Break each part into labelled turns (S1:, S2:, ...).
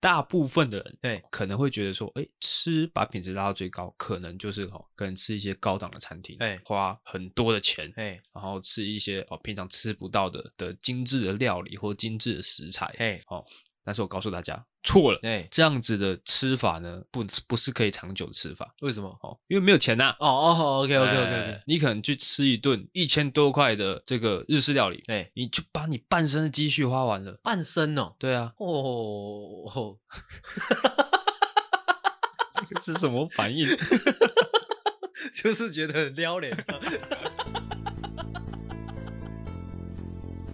S1: 大部分的人
S2: 对
S1: 可能会觉得说，哎，吃把品质拉到最高，可能就是哦，可能吃一些高档的餐厅，
S2: 哎
S1: 花很多的钱，
S2: 哎
S1: 然后吃一些哦平常吃不到的的精致的料理或精致的食材，
S2: 哎
S1: 哦，但是我告诉大家错了，
S2: 哎，
S1: 这样子的吃法呢，不不是可以长久的吃法
S2: 为什么？
S1: 哦，因为没有钱呐、
S2: 哦哦，OK OK OK
S1: 呃
S2: OK，
S1: 你可能去吃一顿一千多块的这个日式料理，
S2: 哎，
S1: 你就把你半生的积蓄花完了。
S2: 半身哦，，
S1: 对啊
S2: 哦，
S1: 是什么反应？
S2: 就是觉得很撩脸。呃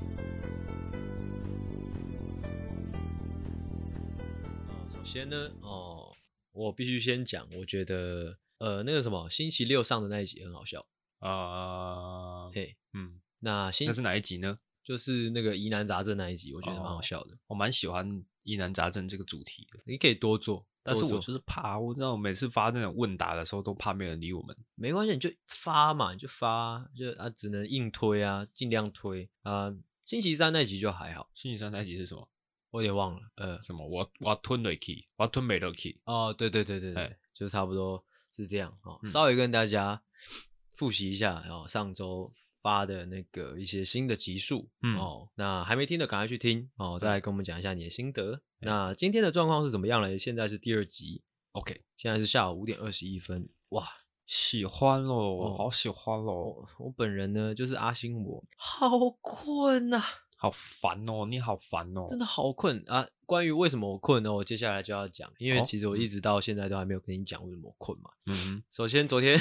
S2: 首先呢，哦，我必须先讲，我觉得呃，那个什么，星期六上的那一集很好笑。
S1: 啊、
S2: 嘿，
S1: 嗯，
S2: 那星
S1: 那是哪一集呢？
S2: 就是那个疑难杂症那一集，我觉得蛮好
S1: 哦
S2: 笑的。
S1: 我蛮喜欢疑难杂症这个主题的，
S2: 你可以多做，
S1: 但是
S2: 多
S1: 我
S2: 做
S1: 就是怕，我知道我每次发那种问答的时候，都怕没有人理我们。
S2: 没关系，你就发嘛，你就发啊，就啊，只能硬推啊，尽量推啊。星期三那集就还好，
S1: 星期三那一集是什么？
S2: 我有点忘了。呃，
S1: 什么？我我吞了 key，我吞没了 key。
S2: 哦，对对对对对
S1: 哎，
S2: 就差不多是这样哦。
S1: 嗯
S2: 稍微跟大家复习一下哦，上周发的那个一些新的集数、
S1: 嗯哎
S2: 哦，那还没听的赶快去听哦，再来跟我们讲一下你的心得。那今天的状况是怎么样嘞？现在是第二集，
S1: OK，
S2: 现在是下午五点二十一分。哇，
S1: 喜欢喽，
S2: 哦
S1: 我好喜欢喽，
S2: 我我本人呢就是阿星我，好困呐、啊
S1: 好烦哦，你好烦哦，
S2: 真的好困啊！关于为什么我困呢？我接下来就要讲，因为
S1: 哦
S2: 其实我一直到现在都还没有跟你讲为什么我困嘛。
S1: 嗯
S2: 首先，昨天，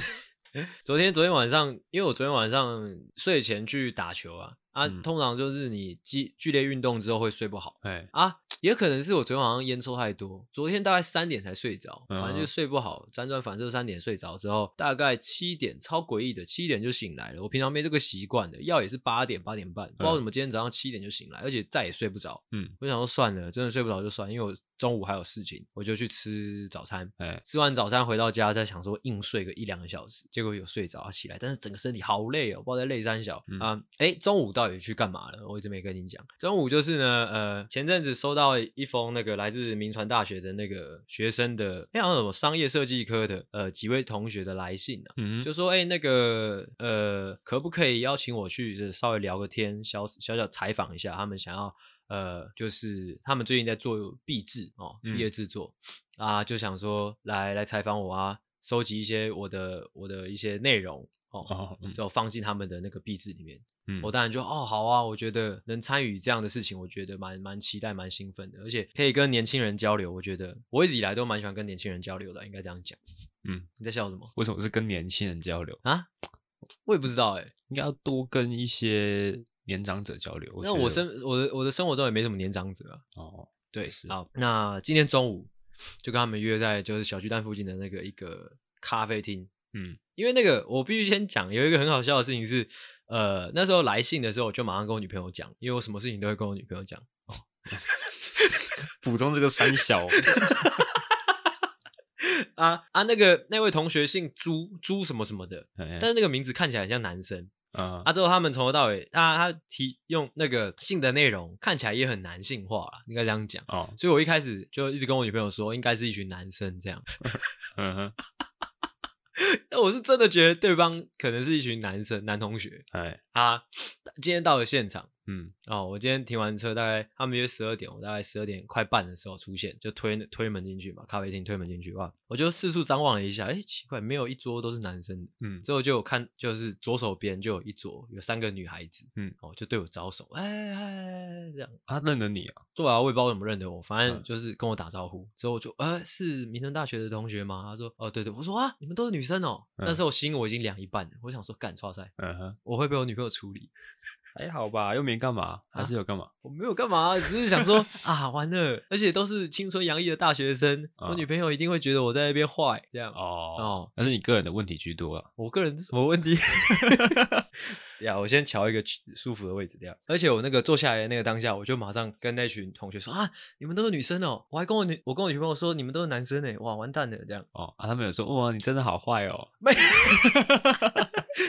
S2: 昨天，昨天晚上，因为我昨天晚上睡前去打球啊啊，
S1: 嗯
S2: 通常就是你激剧烈运动之后会睡不好
S1: 哼，哎，
S2: 啊，也可能是我昨天晚上烟抽太多，昨天大概三点才睡着，
S1: 嗯
S2: 反正就睡不好，辗转反侧三点睡着之后，大概七点超诡异的七点就醒来了，我平常没这个习惯的，药也是八点八点半，不知道为什么今天早上七点就醒来，而且再也睡不着。
S1: 嗯，
S2: 我想说算了，真的睡不着就算，因为我中午还有事情，我就去吃早餐。
S1: 哎，
S2: 吃完早餐回到家，再想说硬睡个一两个小时，结果有睡着啊起来，但是整个身体好累哦，不知道在累三小、
S1: 嗯
S2: 啊。哎，中午到底去干嘛了？我一直没跟你讲。中午就是呢，呃，前阵子收到一封那个来自民传大学的那个学生的，哎，好像什么商业设计科的呃几位同学的来信啊。
S1: 嗯，
S2: 就说哎、那个呃，可不可以邀请我去就是稍微聊个天，小小小采访一下他们想要呃，就是他们最近在做毕制哦，
S1: 嗯
S2: 毕业制作、啊，就想说来来采访我啊，收集一些我的我的一些内容哦，
S1: 哦嗯
S2: 之后放进他们的那个毕制里面。
S1: 嗯
S2: 我当然就哦好啊，我觉得能参与这样的事情，我觉得蛮蛮期待、蛮兴奋的，而且可以跟年轻人交流。我觉得我一直以来都蛮喜欢跟年轻人交流的，应该这样讲。
S1: 嗯，
S2: 你在笑什么？
S1: 为什么是跟年轻人交流？
S2: 啊？我也不知道哎、
S1: 应该要多跟一些年长者交流。
S2: 那
S1: 觉
S2: 我
S1: 得
S2: 生我的我的生活中也没什么年长者啊。
S1: 哦，
S2: 对，
S1: 是
S2: 好，那今天中午就跟他们约在就是小巨蛋附近的那个一个咖啡厅。
S1: 嗯，
S2: 因为那个我必须先讲，有一个很好笑的事情是，呃，那时候来信的时候，我就马上跟我女朋友讲，因为我什么事情都会跟我女朋友讲。
S1: 补充这个三 小，
S2: 啊啊，那个那位同学姓朱，朱什么什么的，
S1: 哎
S2: 但是那个名字看起来很像男生。
S1: 啊
S2: 啊，之后他们从头到尾，啊，他提用那个性的内容看起来也很男性化啦，应该这样讲。
S1: 哦，
S2: 所以我一开始就一直跟我女朋友说，应该是一群男生这样。
S1: 嗯哼，
S2: 但我是真的觉得对方可能是一群男生，男同学
S1: 哎，
S2: 啊。 今天到了现场
S1: 嗯
S2: 哦，我今天停完车，大概他们约十二点，我大概十二点快半的时候出现，就推推门进去嘛，咖啡厅推门进去哇，我就四处张望了一下，哎，奇怪，没有一桌都是男生的。
S1: 嗯
S2: 之后就有看，就是左手边就有一桌有三个女孩子，
S1: 嗯，
S2: 哦，就对我招手，哎哎哎，哎这样，
S1: 他认得你啊，
S2: 对啊，我也不知道怎么认得我，反正
S1: 嗯
S2: 就是跟我打招呼。之后我就，呃，是明城大学的同学吗？他说，哦，对对，我说啊，你们都是女生哦。
S1: 嗯
S2: 那时候心我已经凉一半了，我想说，干，超赛，
S1: 嗯哼，
S2: 我会被我女朋友处理。
S1: 还好吧，又没干嘛，还是有干嘛？
S2: 我没有干嘛，只是想说 啊，完了，而且都是青春洋溢的大学生，我
S1: 嗯
S2: 女朋友一定会觉得我在那边坏，这样。
S1: 哦，
S2: 哦，
S1: 那是你个人的问题居多了。
S2: 我个人是什么问题？ 呀，啊我先瞧一个舒服的位置掉。而且我那个坐下来的那个当下，我就马上跟那群同学说啊，你们都是女生哦。我还跟我女，我跟我女朋友说，你们都是男欸生哎，哇，完蛋了这样。
S1: 哦，啊，他们有说哇，你真的好坏哦，
S2: 没，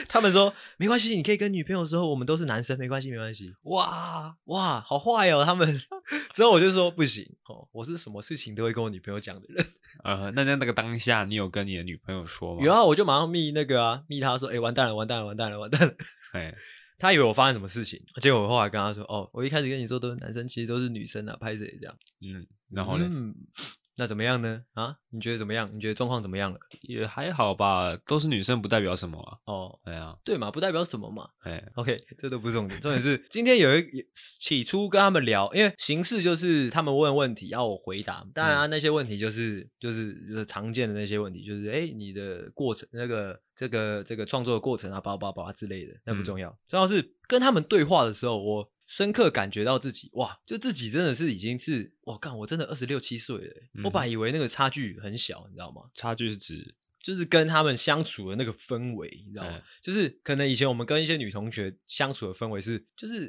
S2: 他们说没关系，你可以跟女朋友说我们都是男生，没关系，没关系。哇哇，好坏哦，他们。 之后我就说不行哦，我是什么事情都会跟我女朋友讲的人。
S1: 呃，那在那个当下，你有跟你的女朋友说吗？
S2: 然，后我就马上密那个啊，密他说，哎、完蛋了，完蛋了，完蛋了，完蛋了。
S1: 哎，
S2: 他以为我发生什么事情，结果我后来跟他说，哦，我一开始跟你说都是男生，其实都是女生啊，拍谁这样。
S1: 嗯，然后呢，
S2: 嗯，那怎么样呢？啊，你觉得怎么样？你觉得状况怎么样了？
S1: 也还好吧，都是女生不代表什么啊。
S2: 哦，
S1: 对啊，
S2: 对嘛，不代表什么嘛。
S1: 哎，
S2: OK，这 都不是重点，重点是今天有一起初跟他们聊，因为形式就是他们问问题要我回答，当然、啊、那些问题就是就是就是常见的那些问题，就是哎、诶你的过程那个这个这个创作的过程啊，叭叭叭之类的，那不重要，重要是跟他们对话的时候，我深刻感觉到自己哇，就自己真的是已经是我干，我真的二十六七岁了、欸
S1: 嗯
S2: 我本来以为那个差距很小，你知道吗？
S1: 差距是指，
S2: 就是跟他们相处的那个氛围，你知道吗？
S1: 嗯
S2: 就是可能以前我们跟一些女同学相处的氛围是，就是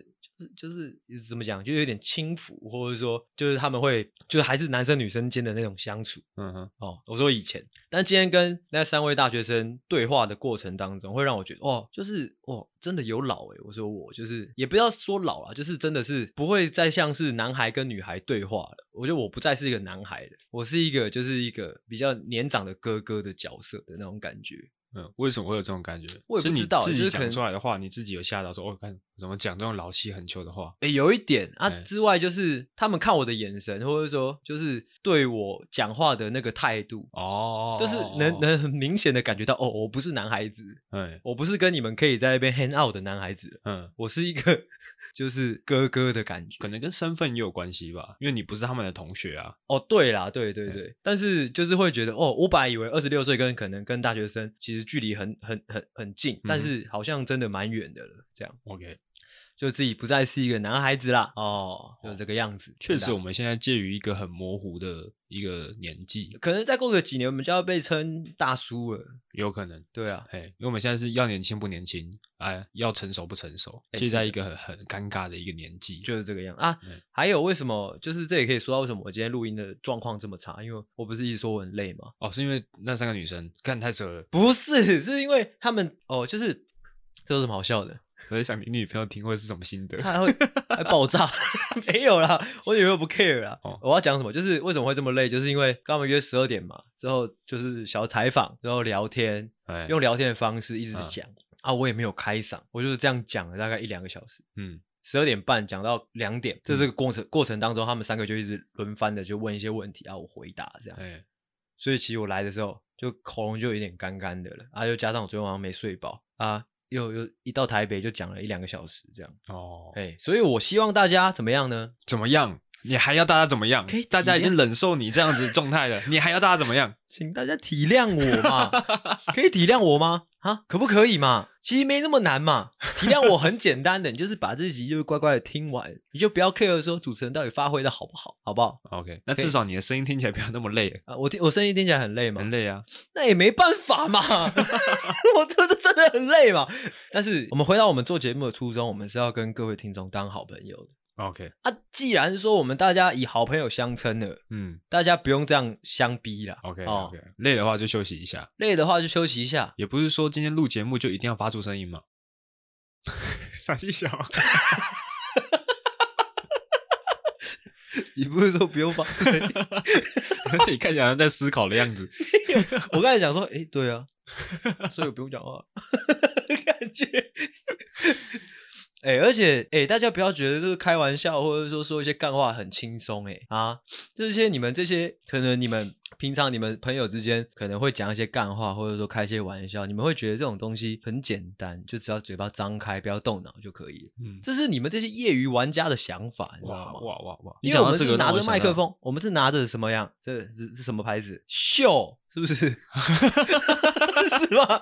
S2: 就是就是怎么讲，就有点轻浮，或者说就是他们会就是还是男生女生间的那种相处
S1: 嗯哼，
S2: 哦。我说以前，但今天跟那三位大学生对话的过程当中，会让我觉得哦，就是哦，真的有老诶、我说我就是也不要说老了，就是真的是不会再像是男孩跟女孩对话了。我觉得我不再是一个男孩了，我是一个就是一个比较年长的哥哥的角色的那种感觉。
S1: 嗯，为什么会有这种感觉？
S2: 我也
S1: 是
S2: 不
S1: 你
S2: 知道
S1: 自
S2: 就
S1: 己
S2: 是可
S1: 讲
S2: 能
S1: 出来的话，你自己有吓到说，哦，看怎么讲这种老气横秋的话，
S2: 诶，有一点啊，
S1: 哎
S2: 之外就是他们看我的眼神，或者说就是对我讲话的那个态度，
S1: 哦，
S2: 就是能，能很明显的感觉到，哦，我不是男孩子，
S1: 哎，
S2: 我不是跟你们可以在那边 hang out 的男孩子，
S1: 嗯，
S2: 我是一个 就是哥哥的感觉。
S1: 可能跟身份也有关系吧，因为你不是他们的同学啊，
S2: 哦，对啦，对对
S1: 哎
S2: 对，但是就是会觉得，哦，我本来以为二十六岁跟可能跟大学生其实距离很很很很近，但
S1: 嗯哼
S2: 是好像真的蛮远的了，这样
S1: OK，
S2: 就自己不再是一个男孩子啦，哦，就是这个样子，
S1: 确
S2: 真的
S1: 实，
S2: 啊
S1: 我们现在介于一个很模糊的一个年纪，
S2: 可能再过个几年，我们就要被称大叔了。
S1: 有可能，
S2: 对啊，
S1: 哎，因为我们现在是要年轻不年轻，哎，要成熟不成熟，
S2: 哎
S1: 现在
S2: 是
S1: 一个很很尴尬的一个年纪，
S2: 就是这个样啊
S1: 嗯。
S2: 还有为什么？就是这也可以说到为什么我今天录音的状况这么差，因为我不是一直说我很累吗？
S1: 哦，是因为那三个女生干太扯了，
S2: 不是，是因为他们哦，就是这有什么好笑的？
S1: 所以想你女朋友听会是什么心得？
S2: 他还 会还爆炸？ 没有啦，我女朋友不 care 啦。
S1: 哦
S2: 我要讲什么？就是为什么会这么累，就是因为跟他们约十二点嘛，之后就是小采访，然后聊天，
S1: 哎，
S2: 用聊天的方式一直
S1: 嗯
S2: 讲、啊，我也没有开嗓，我就是这样讲了大概一两个小时。
S1: 嗯
S2: 十二点半讲到两点，在这个过程、过程当中，他们三个就一直轮番的就问一些问题啊，我回答这样。
S1: 哎
S2: 所以其实我来的时候，就喉咙就有点干干的了啊，又加上我昨天晚上没睡饱啊，又又一到台北就讲了一两个小时这样。
S1: 哦，
S2: 哎、所以我希望大家怎么样呢？
S1: 怎么样？你还要大家怎么样
S2: 可以？
S1: 大家已
S2: 体谅
S1: 经忍受你这样子的状态了，你还要大家怎么样？
S2: 请大家体谅我嘛， 可以体谅我吗？啊，可不可以嘛？其实没那么难嘛，体谅我很简单的，你就是把这集就乖乖的听完，你就不要 care 说主持人到底发挥的好不好，好不好？
S1: OK，那
S2: 可
S1: 至
S2: 以
S1: 少你的声音听起来不要那么 累，
S2: 啊，我听我声音听起来很累嘛，
S1: 很累啊。
S2: 那也没办法嘛， 我真的真的很累嘛。但是我们回到我们做节目的初衷，我们是要跟各位听众当好朋友的
S1: OK，
S2: 啊。既然说我们大家以好朋友相称了，
S1: 嗯
S2: 大家不用这样相逼啦。
S1: ，OK
S2: 哦
S1: OK，累的话就休息一下，
S2: 累的话就休息一下。
S1: 也不是说今天录节目就一定要发出声音 嘛。傻气 小，
S2: 你不是说不用发？
S1: 自己看起来好像在思考的样子。
S2: 我刚才想说，诶，对啊，所以我不用讲话，感觉。诶，而且诶，大家不要觉得就是开玩笑，或者说说一些干话很轻松诶啊，这些你们这些可能你们平常你们朋友之间可能会讲一些干话，或者说开一些玩笑，你们会觉得这种东西很简单，就只要嘴巴张开，不要动脑就可以了。
S1: 嗯，
S2: 这是你们这些业余玩家的想法，你知道
S1: 哇
S2: 吗？
S1: 哇哇哇！你
S2: 因为
S1: 讲
S2: 我
S1: 到
S2: 们
S1: 这
S2: 是
S1: 个
S2: 拿
S1: 让我
S2: 着
S1: 想
S2: 麦克
S1: 到，
S2: 风，我们是拿着什么样？这是是什么牌子？秀是不 是？是吗？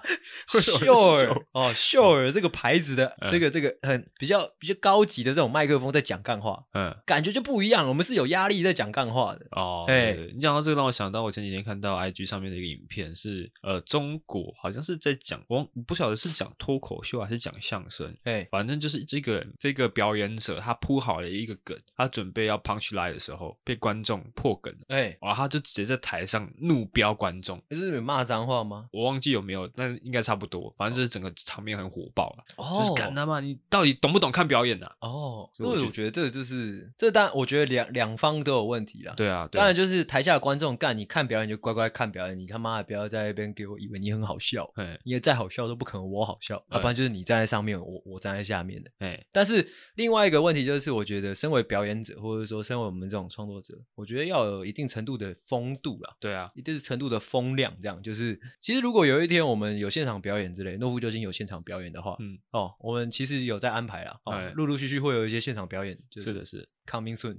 S1: 为什么是
S2: 秀
S1: 秀
S2: 儿哦，秀儿这个牌子的
S1: 嗯
S2: 这个这个很比较比较高级的这种麦克风在讲干话，
S1: 嗯，
S2: 感觉就不一样了。我们是有压力在讲干话的。
S1: 哦，
S2: 哎
S1: 对对对你讲到这个，让我想到我前几天看到 IG 上面的一个影片，是呃，中国好像是在讲，我忘不晓得是讲脱口秀还是讲相声，
S2: 哎
S1: 反正就是这个人这个表演者，他铺好了一个梗，他准备要 punch line 的时候，被观众破梗了，
S2: 哎
S1: 哇，他就直接在台上怒飙观观众。
S2: 就是有骂脏话吗？
S1: 我忘记有没有，但应该差不多。反正就是整个场面很火爆了，就是干
S2: 哦
S1: 他妈，你到底懂不懂看表演呐、啊？
S2: 哦，
S1: 所
S2: 因
S1: 以我
S2: 为我觉得这个就是这当然，我觉得两两方都有问题啦。
S1: 对啊，对啊
S2: 当然，就是台下的观众干，你看表演就乖乖看表演，你他妈的不要在那边给我以为你很好笑，
S1: 哎
S2: 你也再好笑都不可能我好笑，
S1: 嗯
S2: 要、不然就是你站在上面，我我站在下面的。
S1: 哎，
S2: 但是另外一个问题就是，我觉得身为表演者，或者说身为我们这种创作者，我觉得要有一定程度的风度啦，
S1: 对啊，
S2: 一定程度的风量。这样就是，其实如果有一天我们有现场表演之类，诺夫救星有现场表演的话，
S1: 嗯，
S2: 哦，我们其实有在安排啦，哦
S1: 哎，
S2: 陆陆续续会有一些现场表演，就是
S1: 的，是的，
S2: coming soon。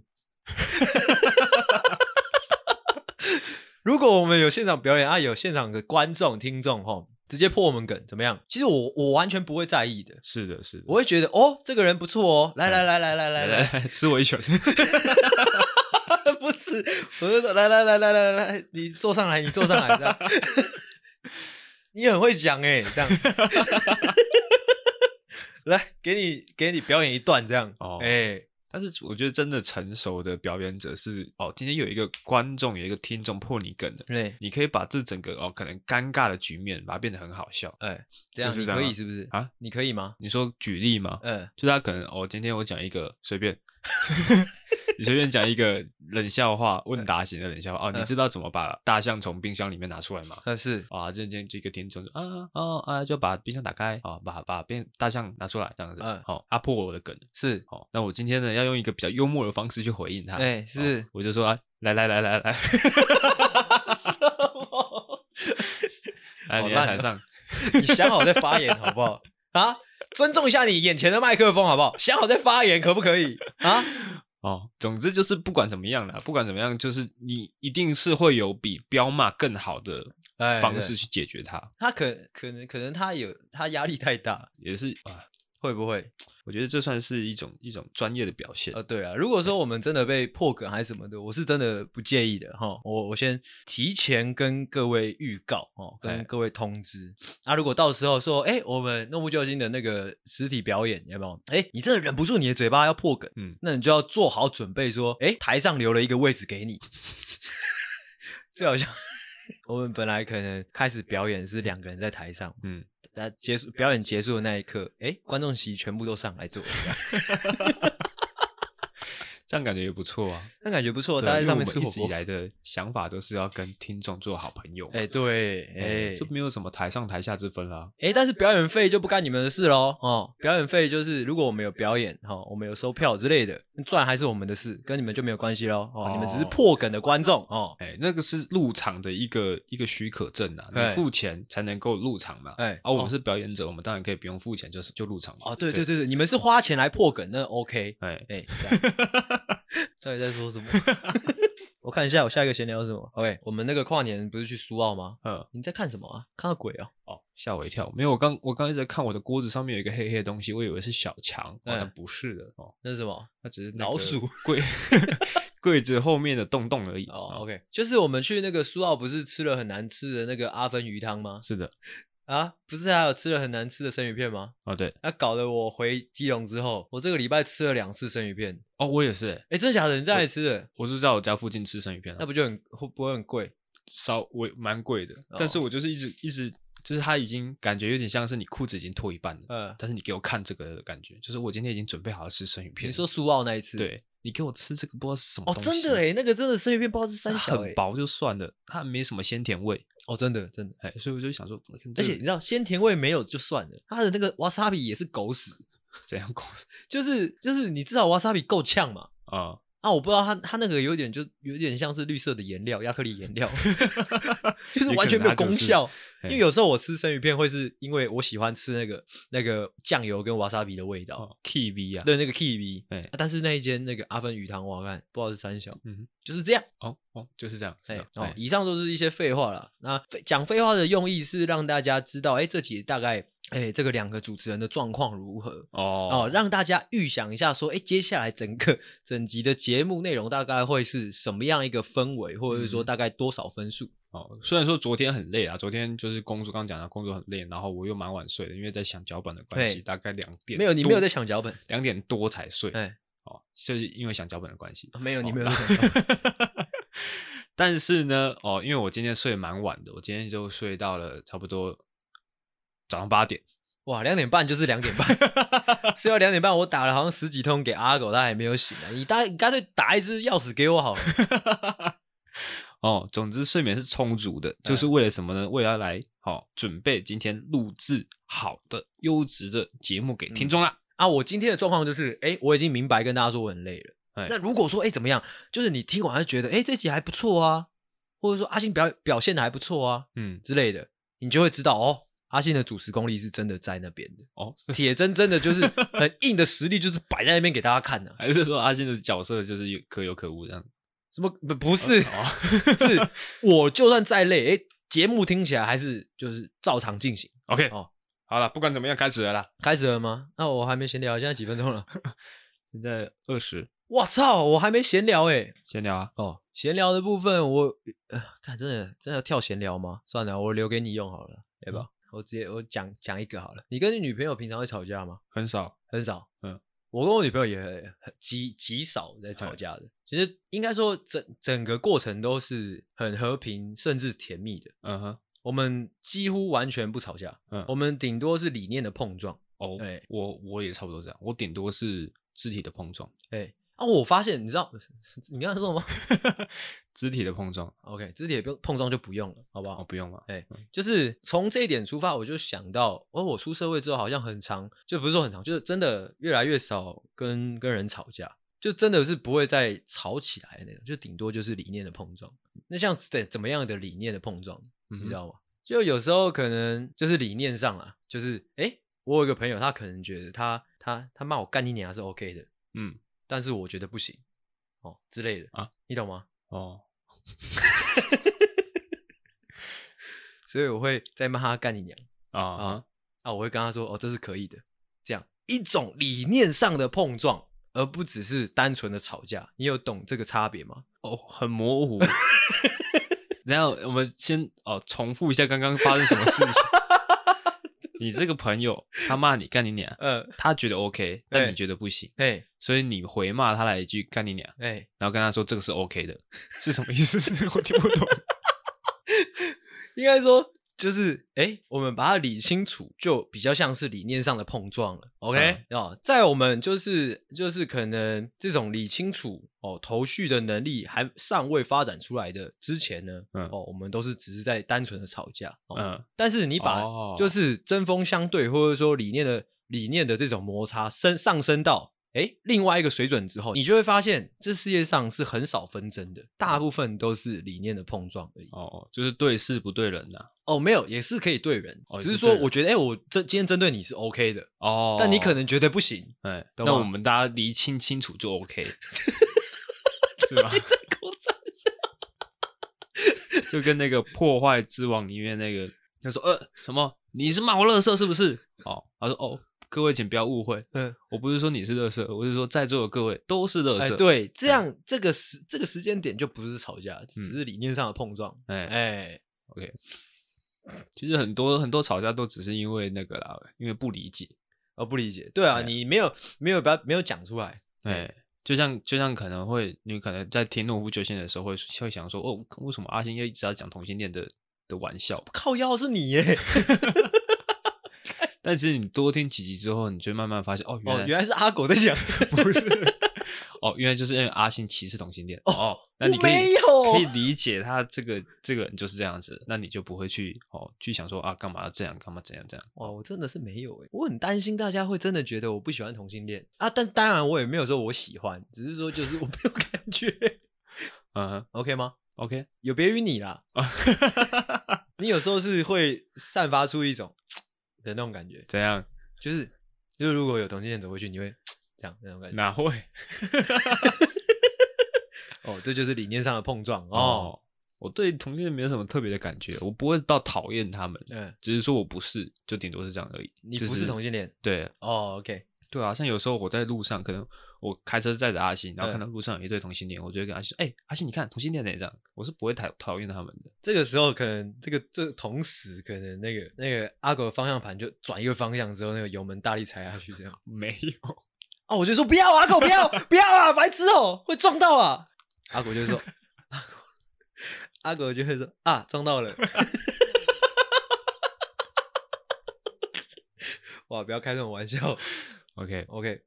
S2: 如果我们有现场表演啊，有现场的观众、听众吼，直接破我们梗怎么样？其实我我完全不会在意的，
S1: 是的，是的。
S2: 我会觉得哦，这个人不错哦，来来来来来来来，
S1: 来， 吃我一拳！
S2: 不是，我就说来来来来来来，你坐上来，你坐上来，这样， 你很会讲哎、这样， 来给你给你表演一段这样，
S1: 哦
S2: 哎、
S1: 但是我觉得真的成熟的表演者是哦，今天有一个观众，有一个听众破你梗的，
S2: 对，
S1: 你可以把这整个哦可能尴尬的局面，把它变得很好笑
S2: 哎，这样
S1: 就是
S2: 你
S1: 这样
S2: 可以
S1: 啊
S2: 是不是？
S1: 啊。
S2: 你可以吗？
S1: 你说举例吗？
S2: 嗯，
S1: 就他可能哦，今天我讲一个随 便，你随便讲一个冷笑话，问答型的冷笑话
S2: 嗯
S1: 哦，你知道怎么把大象从冰箱里面拿出来吗？
S2: 但是
S1: 啊，这这这个听众就啊哦啊，就把冰箱打开啊，把把变大象拿出来这样子，
S2: 嗯
S1: 好、啊破我的梗，
S2: 是，
S1: 好、那我今天呢要用一个比较幽默的方式去回应他，
S2: 哎、
S1: 哦，
S2: 是
S1: 我就说、啊、来来来来 来， 来
S2: 好
S1: 哎你
S2: 烂
S1: 来台
S2: 哦
S1: 上，
S2: 你想好再发言好不好？啊，尊重一下你眼前的麦克风好不好？想好再发言可不可以？啊，
S1: 哦，总之就是不管怎么样啦，不管怎么样，就是你一定是会有比彪骂更好的
S2: 哎
S1: 方
S2: 对
S1: 式去解决它，
S2: 他可可能可能他有他压力太大，
S1: 也是啊，
S2: 会不会？
S1: 我觉得这算是一种一种专业的表现。
S2: 呃，对啊，如果说我们真的被破梗还是什么的，我是真的不介意的哈。我我先提前跟各位预告哦，
S1: 哎
S2: 跟各位通知。啊，如果到时候说，哎，我们诺夫救星的那个实体表演有没有？哎，你真的忍不住你的嘴巴要破梗，
S1: 嗯
S2: 那你就要做好准备，说，哎，台上留了一个位置给你， 就好像我们本来可能开始表演是两个人在台上，
S1: 嗯，
S2: 那结束表演结束的那一刻，哎，观众席全部都上来坐，
S1: 这样感觉也不错啊。
S2: 那感觉不错，
S1: 对
S2: 大
S1: 啊
S2: 家在
S1: 因为
S2: 上
S1: 我
S2: 面
S1: 们
S2: 吃火
S1: 一直以
S2: 锅。
S1: 来的想法都是要跟听众做好朋友嘛。
S2: 哎，对，
S1: 哎，
S2: 哎
S1: 就没有什么台上台下之分啦。
S2: 哎，但是表演费就不干你们的事喽，哦，表演费就是如果我们有表演，哈、哦，我们有收票之类的，赚还是我们的事，跟你们就没有关系喽，哦，
S1: 哦
S2: 你们只是破梗的观众，哦，
S1: 哎，那个是入场的一个一个许可证啊，
S2: 哎
S1: 你付钱才能够入场嘛。
S2: 哎
S1: 啊，我们是表演者，我们当然可以不用付钱，就是就入场嘛。
S2: 哦，对对，对对，你们是花钱来破梗，那 OK，
S1: 哎，
S2: 哎，这样到底在说什么？ 我看一下，我下一个闲聊是什么？OK，我们那个跨年不是去苏澳吗？
S1: 嗯，
S2: 你在看什么啊？看到鬼哦？
S1: 哦，吓我一跳，没有，我刚我刚一直在看我的锅子上面有一个黑黑的东西，我以为是小强，哦
S2: 哎
S1: 但不是的哦，
S2: 那是什么？
S1: 它只是那
S2: 老
S1: 个
S2: 鼠
S1: 柜柜子后面的洞洞而已。
S2: 哦，OK，就是我们去那个苏澳，不是吃了很难吃的那个阿芬鱼汤吗？
S1: 哦是的，
S2: 啊，不是还有吃了很难吃的生鱼片吗？
S1: 哦对，
S2: 那搞得我回基隆之后，我这个礼拜吃了两次生鱼片。
S1: 哦我也是、欸，
S2: 哎，真的假的？你在哪里吃的？
S1: 我是在我家附近吃生鱼片、啊，
S2: 那不就很会不会很贵？
S1: 稍微蛮贵的，
S2: 哦
S1: 但是我就是一直一直就是它已经感觉有点像是你裤子已经脱一半了，
S2: 嗯，
S1: 但是你给我看这个的感觉，就是我今天已经准备好要吃生鱼片
S2: 你
S1: 了，
S2: 说苏澳那一次？。
S1: 对你给我吃这个不知道是什么
S2: 哦，
S1: 东西，
S2: 真的哎，那个真的生鱼片包是三
S1: 它
S2: 小哎
S1: 很，薄就算了，它没什么鲜甜味，
S2: 哦，真的真的，
S1: 哎，所以我就想说，嗯
S2: 而
S1: 这
S2: 且
S1: 个
S2: 你知道鲜甜味没有就算了，它的那个 wasabi 也是狗屎，
S1: 怎样公司
S2: 就是就是你至少 wasabi 够呛嘛。
S1: 啊？
S2: 啊，我不知道它它那个有点就有点像是绿色的颜料，亚克力 颜料，就是完全没有功效。
S1: 也可能它就是嘿
S2: 因为有时候我吃生鱼片会是因为我喜欢吃那个那个酱油跟 wasabi 的味道，
S1: 哦，K V 啊，
S2: 对那个 kiwi、
S1: 哎
S2: 啊但是那一间那个阿芬鱼汤，我看不知道是三小，
S1: 嗯哼，
S2: 就是这样。
S1: 哦哦，就是这样，是
S2: 哎、
S1: 的
S2: 哦
S1: 哎，，
S2: 以上都是一些废话啦。那废讲废话的用意是让大家知道，哎、这集大概，哎、这个两个主持人的状况如何哦
S1: 哦，
S2: 让大家预想一下，说，哎、接下来整个整集的节目内容大概会是什么样一个氛围，或者是说
S1: 嗯
S2: 大概多少分数？
S1: 哦，虽然说昨天很累啊，昨天就是工作，刚讲到工作很累，然后我又蛮晚睡的，因为在想脚本的关系，
S2: 嘿
S1: 大概两点
S2: 没有，你
S1: 多
S2: 没有在想脚本，
S1: 两点多才睡，
S2: 哎、
S1: 哦，就是因为想脚本的关系，
S2: 没有，你
S1: 哦
S2: 没有在想脚本。
S1: 但是呢，哦，因为我今天睡蛮晚的，我今天就睡到了差不多早上八点。
S2: 哇，两点半就是两点半，睡到两点半，我 打了好像十几通给阿狗，他还没有醒来。你打，你干脆打一支钥匙给我好了。
S1: 哦，总之睡眠是充足的，就是为了什么呢？为了要来哦，准备今天录制好的优质的节目给听众啦。
S2: 啊，我今天的状况就是，哎、我已经明白跟大家说我很累了。
S1: 哎
S2: 那如果说，哎、怎么样？就是你听完就觉得，哎、这集还不错啊，或者说阿信表表现的还不错啊
S1: 嗯，
S2: 之类的，你就会知道哦，阿信的主持功力是真的在那边的，
S1: 哦，
S2: 铁铮铮的，就是很硬的实力，就是摆在那边给大家看的、
S1: 还是说阿信的角色就是有可有可无这样？
S2: 什么不不是？
S1: 哦
S2: 是我就算再累，哎、节目听起来还是就是照常进行。
S1: ，OK，
S2: 哦
S1: 好了，不管怎么样，开始了啦。
S2: 开始了吗？那、我还没闲聊，现在几分钟了？
S1: 现在二十，
S2: 我操，我还没闲聊哎、
S1: 先聊啊。
S2: 哦，闲聊的部分我，呃，看真的真的要跳闲聊吗？算了，我留给你用好了，对吧？我直接我讲讲一个好了。你跟你女朋友平常会吵架吗？
S1: 很少，
S2: 很少。
S1: 嗯，哎
S2: 我跟我女朋友也很很极极少在吵架的。其实应该说整整个过程都是很和平，甚至甜蜜的。
S1: 嗯哼，
S2: 我们几乎完全不吵架，
S1: 嗯
S2: 我们顶多是理念的碰撞。
S1: 哦
S2: 对，
S1: 我我也差不多这样，我顶多是肢体的碰撞，
S2: 哎，啊，我发现你知道 你刚才说什么吗
S1: 肢体的碰撞，
S2: ？OK，肢体也不用碰撞就不用了，好不好？
S1: 哦，不用了，
S2: 就是从这一点出发，我就想到，哦，我出社会之后好像很长，就不是说很长，就是真的越来越少跟跟人吵架，就真的是不会再吵起来的那种，就顶多就是理念的碰撞。那像怎怎么样的理念的碰撞，
S1: 嗯
S2: 你知道吗？就有时候可能就是理念上啊，就是诶，我有一个朋友，他可能觉得他他他骂我干你娘是 OK 的，
S1: 嗯，
S2: 但是我觉得不行，哦之类的
S1: 啊，
S2: 你懂吗？
S1: 哦，
S2: 所以我会再骂他干你娘。
S1: 啊
S2: 啊啊，我会跟他说哦，这是可以的，这样一种理念上的碰撞，而不只是单纯的吵架。你有懂这个差别吗？
S1: 哦，很模 糊。然后我们先哦，重复一下刚刚发生什么 事情。你这个朋友他骂你干你娘，
S2: 呃，
S1: 他觉得 OK，但
S2: 哎
S1: 你觉得不行，
S2: 哎
S1: 所以你回骂他来一句干你娘，
S2: 哎，
S1: 然后跟他说这个是 OK 的， 是什么意 思？是我听不懂。
S2: 应该说就是哎，我们把它理清楚，就比较像是理念上的碰撞了。OK 哦，在我们就是就是可能这种理清楚哦头绪的能力还尚未发展出来的之前呢，
S1: 嗯
S2: 哦，我们都是只是在单纯的吵架。哦、
S1: 嗯，
S2: 但是你把
S1: 哦
S2: 就是针锋相对，或者说理念的理念的这种摩擦升上升到诶另外一个水准之后，你就会发现这世界上是很少纷争的，大部分都是理念的碰撞而已。
S1: 哦，就是对事不对人呐、
S2: 哦，没有，也是可以对人，
S1: 哦也是
S2: 只
S1: 对
S2: 是说
S1: 人
S2: 我觉得诶，我这今天针对你是 OK 的，
S1: 哦，
S2: 但你可能觉得不行。
S1: 哎，
S2: 懂
S1: 那
S2: 吗
S1: 我们大家厘清清楚就 OK，是吧？就跟那个《破坏之王》里面那个，他说：“呃，什么？你是骂我垃圾是不是？”哦，他说：“哦，各位请不要误会，
S2: 嗯，
S1: 我不是说你是垃圾，我是说在座的各位都是垃嗯
S2: 哎，
S1: 圾。”，
S2: 对，这样这个时这个时间点就不是吵架，只
S1: 嗯
S2: 是理念上的碰撞。
S1: 哎
S2: 哎，
S1: ，OK。其实很多很多吵架都只是因为那个啦，因为不理解。
S2: 哦，不理解，对啊，
S1: 哎
S2: 你没有没有把没有讲出来，
S1: 哎，就像就像可能会，你可能在听《诺夫救星》的时候会会想说：“哦，为什么阿星要一直要讲同性恋的的玩笑？”
S2: 靠腰是你耶，
S1: 但其实你多听几集之后，你就会慢慢发现，哦，原
S2: 哦
S1: 来，
S2: 原来是阿狗 在讲，不是，
S1: 哦，原来就是因为阿信歧视同性恋。
S2: 哦
S1: 哦，那你可以
S2: 没有
S1: 可 以理解他这个这个人就是这样子，那你就不会去哦去想说啊，干嘛要这样，干嘛怎样这样。
S2: 哇，我真的是没有诶，欸我很担心大家会真的觉得我不喜欢同性恋啊，但当然我也没有说我喜欢，只是说就是我没有 感觉
S1: 嗯哼
S2: ，OK 吗？
S1: ，OK，
S2: 有别于你 啦，你有时候是会散发出一种的那种感觉，
S1: 怎样？
S2: 就是就是如果有同性恋走过去，你会这样那种感觉，
S1: 哪会？
S2: 哦，这就是理念上的碰撞哦，
S1: 哦，我对同性恋没有什么特别的感觉，我不会到讨厌他们，
S2: 嗯，
S1: 只是说我不是，就顶多是这样而已。
S2: 你
S1: 就
S2: 不是同性恋
S1: 对
S2: 哦，OK，
S1: 对啊，像有时候我在路上，可能我开车载着阿信，然后
S2: 嗯
S1: 看到路上有一对同性恋，我就会跟阿信说：“哎、阿信，你看同性恋呢？”这样，我是不会讨讨厌他们的。
S2: 这个时候可能这个这同时可能那个那个阿狗的方向盘就转一个方向之后，那个油门大力踩下去这样。
S1: 没有，
S2: 啊，我就说不哦 要啊阿狗，不要不要啊，白痴哦、会撞到啊。阿狗就说，阿狗阿狗就会说啊撞到了。哇，不要开这种玩笑。
S1: OK，
S2: OK，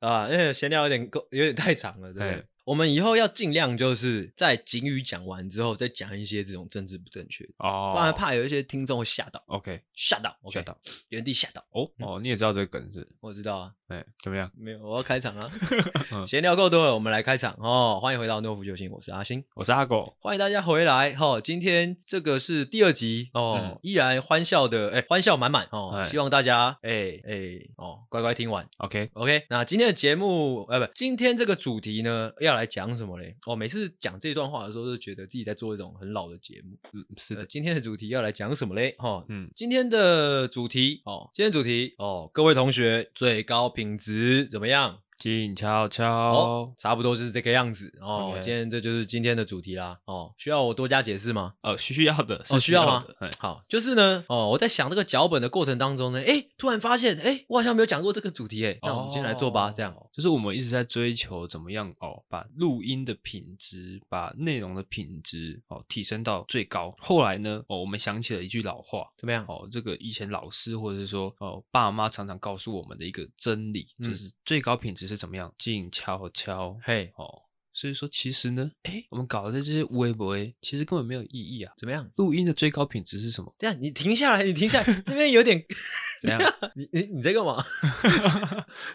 S2: 啊，那个闲聊有点够，有点太长了，对不对
S1: 嘿。
S2: 我们以后要尽量就是在警语讲完之后，再讲一些这种政治不正确的，
S1: 哦，
S2: 不然怕有一些听众会吓到，
S1: OK
S2: 吓到
S1: 吓到，
S2: OK，原嗯地吓到。
S1: 哦哦，你也知道这个梗是不是？
S2: 我知道啊，
S1: 哎，怎么样？
S2: 没有，我要开场啊
S1: 嗯。
S2: 闲聊够多了，我们来开场哦。欢迎回到诺夫救星，我是阿星，
S1: 我是阿狗，
S2: 欢迎大家回来哦。今天这个是第二集哦，
S1: 嗯
S2: 依然欢笑的，哎，欢笑满满哦
S1: 哎。
S2: 希望大家哎哎哦，乖乖听完。
S1: OK，
S2: OK，那今天的节目，呃，不，今天这个主题呢，要来讲什么嘞？哦，每次讲这段话的时候，就觉得自己在做一种很老的节目。
S1: 嗯，是
S2: 呃
S1: 的，
S2: 今天的主题要来讲什么嘞？哦，
S1: 嗯，
S2: 今天的主题哦，今天主题哦，各位同学，最高品质怎么样？
S1: 静悄
S2: 哦
S1: 悄，，
S2: 差不多就是这个样子哦。
S1: OK
S2: 今天这就是今天的主题啦。哦，需要我多加解释吗？
S1: 呃，需要的，
S2: 哦，
S1: 是
S2: 需要吗
S1: 的哎？
S2: 好，就是呢，哦，我在想这个脚本的过程当中呢，哎，突然发现，哎，我好像没有讲过这个主题，哎，那我们今天来做吧，
S1: 哦
S2: 这样。
S1: 就是我们一直在追求怎么样哦，把录音的品质、把内容的品质哦提升到最高。后来呢，哦，我们想起了一句老话，
S2: 怎么样？
S1: 哦，这个以前老师或者是说哦爸妈常常告诉我们的一个真理，
S2: 嗯
S1: 就是最高品质是怎么样，静悄悄
S2: 嘿，
S1: 哦。所以说，其实呢，哎，我们搞的这些微博，其实根本没有意义啊。
S2: 怎么样？
S1: 录音的最高品质是什么？
S2: 这样你停下来，你停下来，这边有点，
S1: 怎样？
S2: 你你你在干嘛？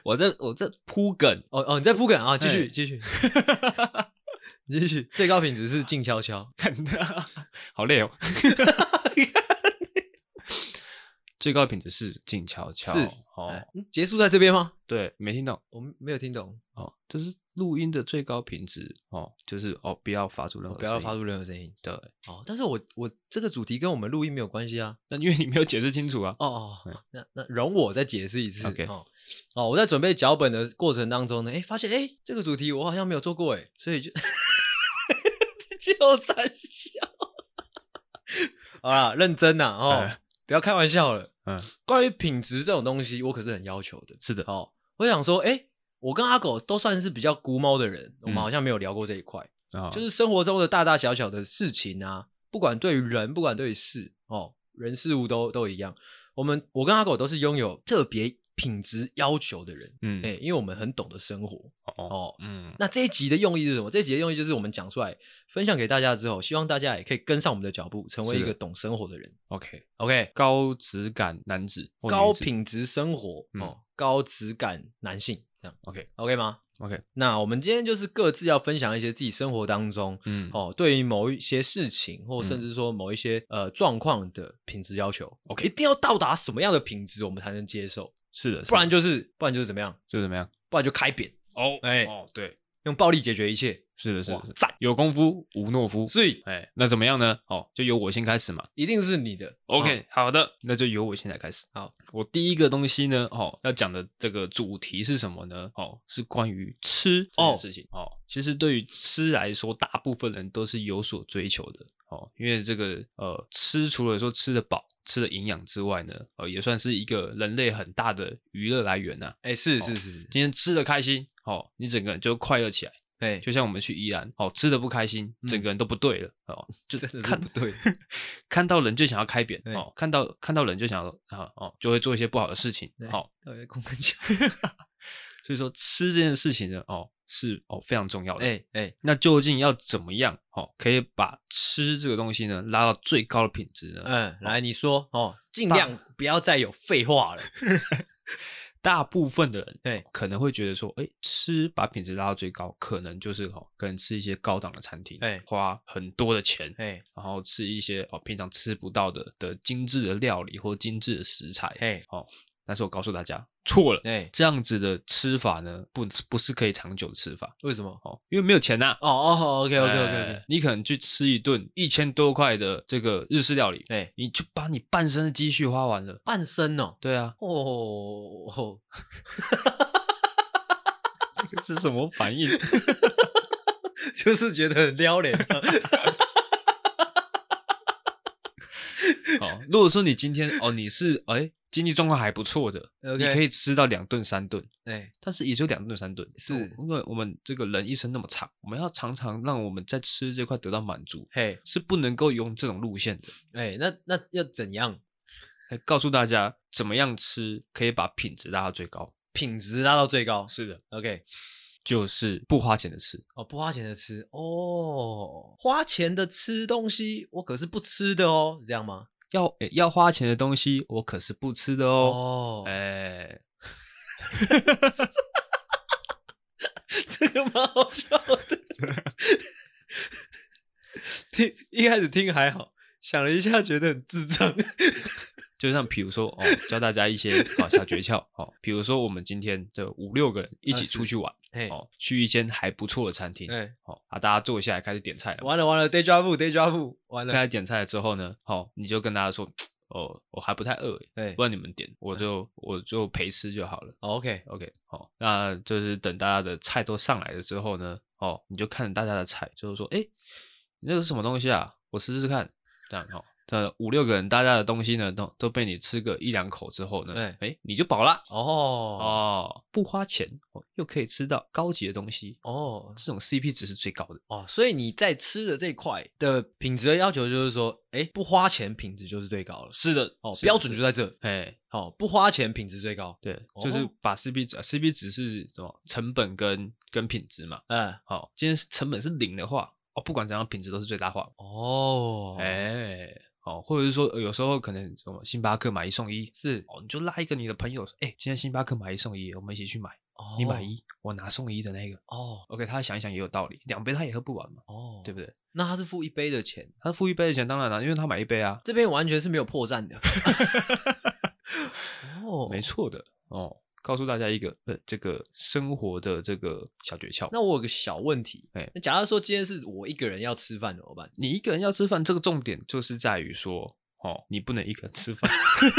S1: 我这我这铺梗，
S2: 哦哦，你在铺梗啊？继续
S1: 哎
S2: 继续，继续。最高品质是静悄悄。
S1: 看他，好 累哦。最高的品质是静悄悄，
S2: 是
S1: 哦
S2: 哎，嗯结束在这边吗？
S1: 对，没听懂
S2: 我们没有听懂，
S1: 哦，就是录音的最高品质哦，就是哦，不要发出任何
S2: 不要发
S1: 出
S2: 出任何声音。
S1: 对，
S2: 哦，但是我我这个主题跟我们录音没有关系啊。
S1: 但因为你没有解释清楚啊，
S2: 哦哦
S1: 对，
S2: 那那容我再解释一次。
S1: OK
S2: 哦哦，我在准备脚本的过程当中呢，哎，发现哎这个主题我好像没有做过哎，所以就 就在笑。好啦，认真呐哦
S1: 哎，
S2: 不要开玩笑了。
S1: 嗯，
S2: 关于品质这种东西，我可是很要求的。
S1: 是的，
S2: 哦，我想说，哎，我跟阿狗都算是比较孤猫的人，我们
S1: 嗯
S2: 好像没有聊过这一块。
S1: 啊，
S2: 就是生活中的大大小小的事情啊，不管对于人，不管对于事，哦，人事物都都一样。我们我跟阿狗都是拥有特别品质要求的人，
S1: 嗯
S2: 哎、因为我们很懂得生活
S1: 哦，
S2: 哦。
S1: 嗯，
S2: 那这一集的用意是什么？这一集的用意就是我们讲出来，分享给大家之后，希望大家也可以跟上我们的脚步，成为
S1: 是
S2: 一
S1: 的
S2: 个懂生活的人。
S1: ，OK，
S2: OK，
S1: 高质感男子，或女
S2: 高
S1: 子
S2: 品质生活、
S1: 嗯
S2: 哦，高质感男性，这样
S1: ，OK
S2: OK 吗？
S1: OK，
S2: 那我们今天就是各自要分享一些自己生活当中
S1: 嗯，
S2: 哦，对于某一些事情，或甚至说某一些、呃状况的品质要求
S1: OK
S2: 一定要到达什么样的品质，我们才能接受？
S1: 是的，是的
S2: 不然就是不然就是怎么样？
S1: 就怎么样？
S2: 不然就开扁，
S1: 哦，
S2: 哎
S1: 哦，对，
S2: 用暴力解决一切。
S1: 是的，是
S2: 哇
S1: 的，，
S2: 赞！
S1: 有功夫无懦夫，
S2: 所以
S1: 哎，那怎么样呢？哦，就由我先开始嘛。
S2: 一定是你的哦
S1: OK，、好的，那就由我现在开始。
S2: 好，
S1: 我第一个东西呢，哦，要讲的这个主题是什么呢？哦，是关于吃这件事情。哦，其实对于吃来说，大部分人都是有所追求的。哦，因为这个呃，吃除了说吃得饱、吃的营养之外呢，呃，也算是一个人类很大的娱乐来源呐、啊
S2: 哎、是
S1: 哦
S2: 是是，
S1: 今天吃的开心，哦，你整个人就快乐起来。
S2: 哎、
S1: 就像我们去宜兰，哦，吃的不开心，整个人都不对了，哦，就
S2: 嗯真的是
S1: 看
S2: 不对
S1: 看到人就想要开扁，
S2: 对
S1: 哦，看到看到人就想要啊哦，就会做一些不好的事情
S2: 对，
S1: 哦，
S2: 到底在哎公 分讲，
S1: 所以说吃这件事情呢，哦，是哦非常重要的。
S2: 哎哎
S1: 那究竟要怎么样，哦，可以把吃这个东西呢拉到最高的品质呢？
S2: 嗯，来你说哦，尽量不要再有废话了。
S1: 大部分的人哦
S2: 对
S1: 可能会觉得说，哎，吃把品质拉到最高，可能就是哦，可能吃一些高档的餐厅，
S2: 哎
S1: 花很多的钱，
S2: 哎
S1: 然后吃一些哦平常吃不到的的精致的料理或精致的食材。
S2: 哎
S1: 哦，但是我告诉大家错了，
S2: 哎，
S1: 这样子的吃法呢，不不是可以长久的吃法
S2: 为什么？
S1: 哦，因为没有钱呐、
S2: 哦哦，OK OK OK
S1: 哎
S2: OK，
S1: 你可能去吃一顿一千多块的这个日式料理，
S2: 哎、
S1: 你就把你半生的积蓄花完了。
S2: 半身哦，，
S1: 对啊
S2: 哦，
S1: 这是什么反应？
S2: 就是觉得很撩脸。
S1: 哦，如果说你今天哦，你是哎经济状况还不错的
S2: OK
S1: 你可以吃到两顿三顿，
S2: 哎，
S1: 但是也就两顿三顿，
S2: 是
S1: 因为我们这个人一生那么长，我们要常常让我们在吃这块得到满足，
S2: 嘿，
S1: 是不能够用这种路线的。
S2: 哎，那那要怎样
S1: 来告诉大家怎么样吃可以把品质拉到最高。
S2: 品质拉到最高
S1: 是的，
S2: ？OK，
S1: 就是不花钱的吃。
S2: 哦，不花钱的吃哦，花钱的吃东西，我可是不吃的哦，这样吗？
S1: 要诶要花钱的东西，我可是不吃的哦。
S2: 哦，
S1: 哎、
S2: 这个蛮好笑的。 听一开始听还好，想了一下觉得很智 障。
S1: 就像比如说哦，教大家一些哦小诀窍哦，比如说我们今天这五六个人一起
S2: 啊是
S1: 出去玩、
S2: 哎
S1: 哦，去一间还不错的餐厅、
S2: 哎，
S1: 哦啊，大家坐下来开始点菜了嘛。
S2: 完了完了，day drive day drive，完
S1: 开
S2: 了，
S1: 始点菜了之后呢，哦，你就跟大家说哦，我还不太饿耶，
S2: 哎
S1: 不然你们点，我就我就陪吃就好了。
S2: 好，OK，
S1: OK，好、那就是等大家的菜都上来了之后呢，哦，你就看大家的菜，就是说，哎，你那个是什么东西啊？我试试看，这样哦。这五六个人，大家的东西呢，都都被你吃个一两口之后呢
S2: 对，
S1: 哎，你就饱啦。
S2: 哦
S1: 哦，不花钱，哦又可以吃到高级的东西，
S2: 哦
S1: 这种 CP 值是最高的。
S2: 哦，所以你在吃的这一块的品质的要求就是说，哎，不花钱品质就是最高了。
S1: 是的，
S2: 哦，
S1: 是的
S2: 标准
S1: 是
S2: 就
S1: 的
S2: 在这。
S1: 哎，
S2: 好，不花钱品质最高。
S1: 对，就是
S2: 哦
S1: 把 CP 值，CP 值是什么？成本跟跟品质嘛。
S2: 嗯，
S1: 好、今天成本是零的话，哦，不管怎样，品质都是最大化。
S2: 哦，
S1: 哎、哦，或者是说呃有时候可能什么星巴克买一送一，
S2: 是，
S1: 哦，你就拉一个你的朋友，哎、今天星巴克买一送一，我们一起去买，
S2: 哦
S1: 你买一，我拿送一的那个。
S2: 哦
S1: OK，他想一想也有道理，两杯他也喝不完嘛，
S2: 哦，
S1: 对不对？
S2: 那他是付一杯的钱，
S1: 他付一杯的钱，当然了，因为他买一杯啊，
S2: 这边完全是没有破绽的。 哦，
S1: 没错的哦。告诉大家一个呃，这个生活的这个小诀窍。
S2: 那我有个小问题，
S1: 哎
S2: 那假如说今天是我一个人要吃饭怎么办？
S1: 你一个人要吃饭，这个重点就是在于说，哦，你不能一个人吃饭。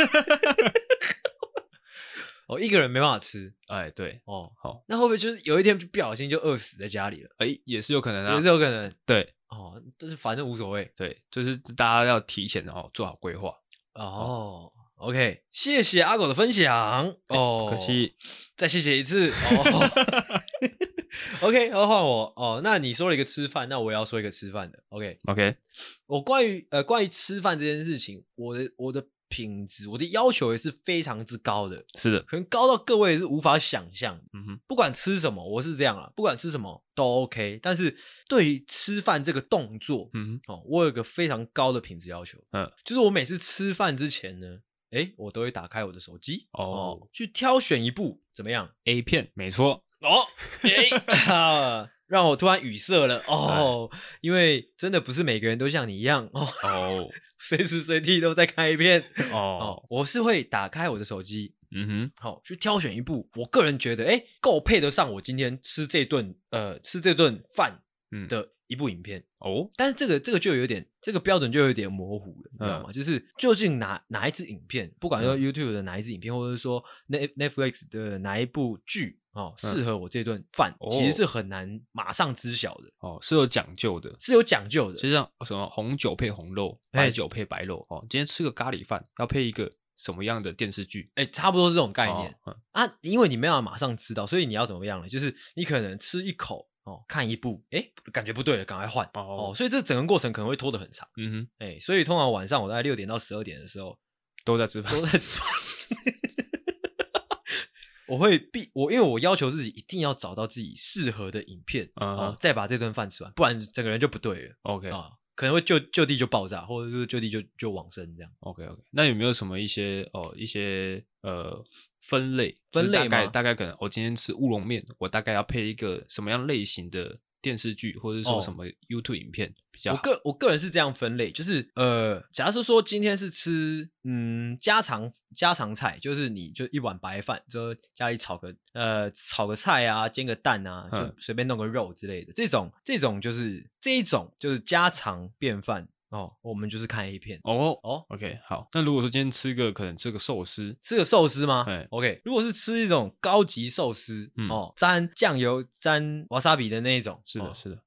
S2: 哦，一个人没办法吃
S1: 哎，对，
S2: 哦。
S1: 好，
S2: 那会不会就是有一天就不小心就饿死在家里了？
S1: 哎，也是有可能啊
S2: 也是。有可能
S1: 对
S2: 哦，但是反正无所谓
S1: 对，就是大家要提前哦做好规划。
S2: 哦。OK，谢谢阿狗的分享哦，
S1: 哎不客气，
S2: 再谢谢一次哦。OK，要换我哦。那你说了一个吃饭，那我也要说一个吃饭的。OK，
S1: OK，
S2: 我关于呃关于吃饭这件事情，我的我的品质，我的要求也是非常之高的，
S1: 是的，
S2: 可能高到各位也是无法想象。
S1: 嗯哼，
S2: 不管吃什么，我是这样啊啦，不管吃什么都 OK。但是对于吃饭这个动作，
S1: 嗯
S2: 哦，我有一个非常高的品质要求，
S1: 嗯，
S2: 就是我每次吃饭之前呢，诶，我都会打开我的手机，
S1: 哼，
S2: 哦
S1: 哦，
S2: 去挑选一部怎么样？
S1: ，A 片，没错，
S2: 哦，哎、啊 让我突然语塞了哦，因为真的不是每个人都像你一样哦，
S1: 哦，
S2: 随时随地都在看一遍哦
S1: 哦，。
S2: 我是会打开我的手机，
S1: 嗯
S2: 好、去挑选一部我个人觉得哎够配得上我今天吃这顿呃吃这顿饭
S1: 哼，嗯，
S2: 的一部影片。
S1: 哦，
S2: 但是这个这个就有点，这个标准就有点模糊了，你知道
S1: 嗯
S2: 吗？就是究竟哪哪一支影片，不管说 YouTube 的哪一支影片，或者说 Net- Netflix 的哪一部剧哦，
S1: 嗯
S2: 适合我这顿饭，
S1: 哦
S2: 其实是很难马上知晓的，
S1: 哦，是有讲究的。
S2: 是有讲究
S1: 就
S2: 的。
S1: 像什么红酒配红肉，
S2: 哎
S1: 白酒配白肉哦。今天吃个咖喱饭，要配一个什么样的电视剧
S2: 哎，差不多是这种概念、
S1: 哦嗯
S2: 啊，因为你没有马上吃到，所以你要怎么样呢？就是你可能吃一口哦，看一部，哎，感觉不对了，赶快换
S1: 哦
S2: 哦，所以这整个过程可能会拖得很长，
S1: 嗯哼，
S2: 哎，所以通常晚上我大概六点到十二点的时候，
S1: 都在吃饭。
S2: 都在吃饭。 我会必我，因为我要求自己一定要找到自己适合的影片啊、
S1: 嗯哼
S2: 哦再把这顿饭吃完，不然整个人就不对了
S1: OK
S2: 啊、可能会就就地就爆炸，或者就是就地就就往生这样。
S1: OK OK，那有没有什么一些哦一些呃分类？就是
S2: 分类
S1: 大概
S2: 吗
S1: 大概可能我、今天吃乌龙面，我大概要配一个什么样类型的电视剧，或者说
S2: 哦
S1: 什么 YouTube 影片比较
S2: 我
S1: 好？
S2: 个我个人是这样分类，就是呃，假设说今天是吃嗯家常家常菜，就是你就一碗白饭，之后家里炒个呃炒个菜啊，煎个蛋啊，就
S1: 嗯
S2: 随便弄个肉之类的，这种这种就是这一种就是家常便饭哦，我们就是看 A 片
S1: 哦
S2: 哦，
S1: OK，好，那如果说今天吃个可能吃个寿司，
S2: 吃个寿司吗
S1: 哎
S2: ？OK，如果是吃一种高级寿司、
S1: 嗯
S2: 哦，沾酱油沾瓦萨比的那一种，
S1: 是的，
S2: 哦
S1: 是的，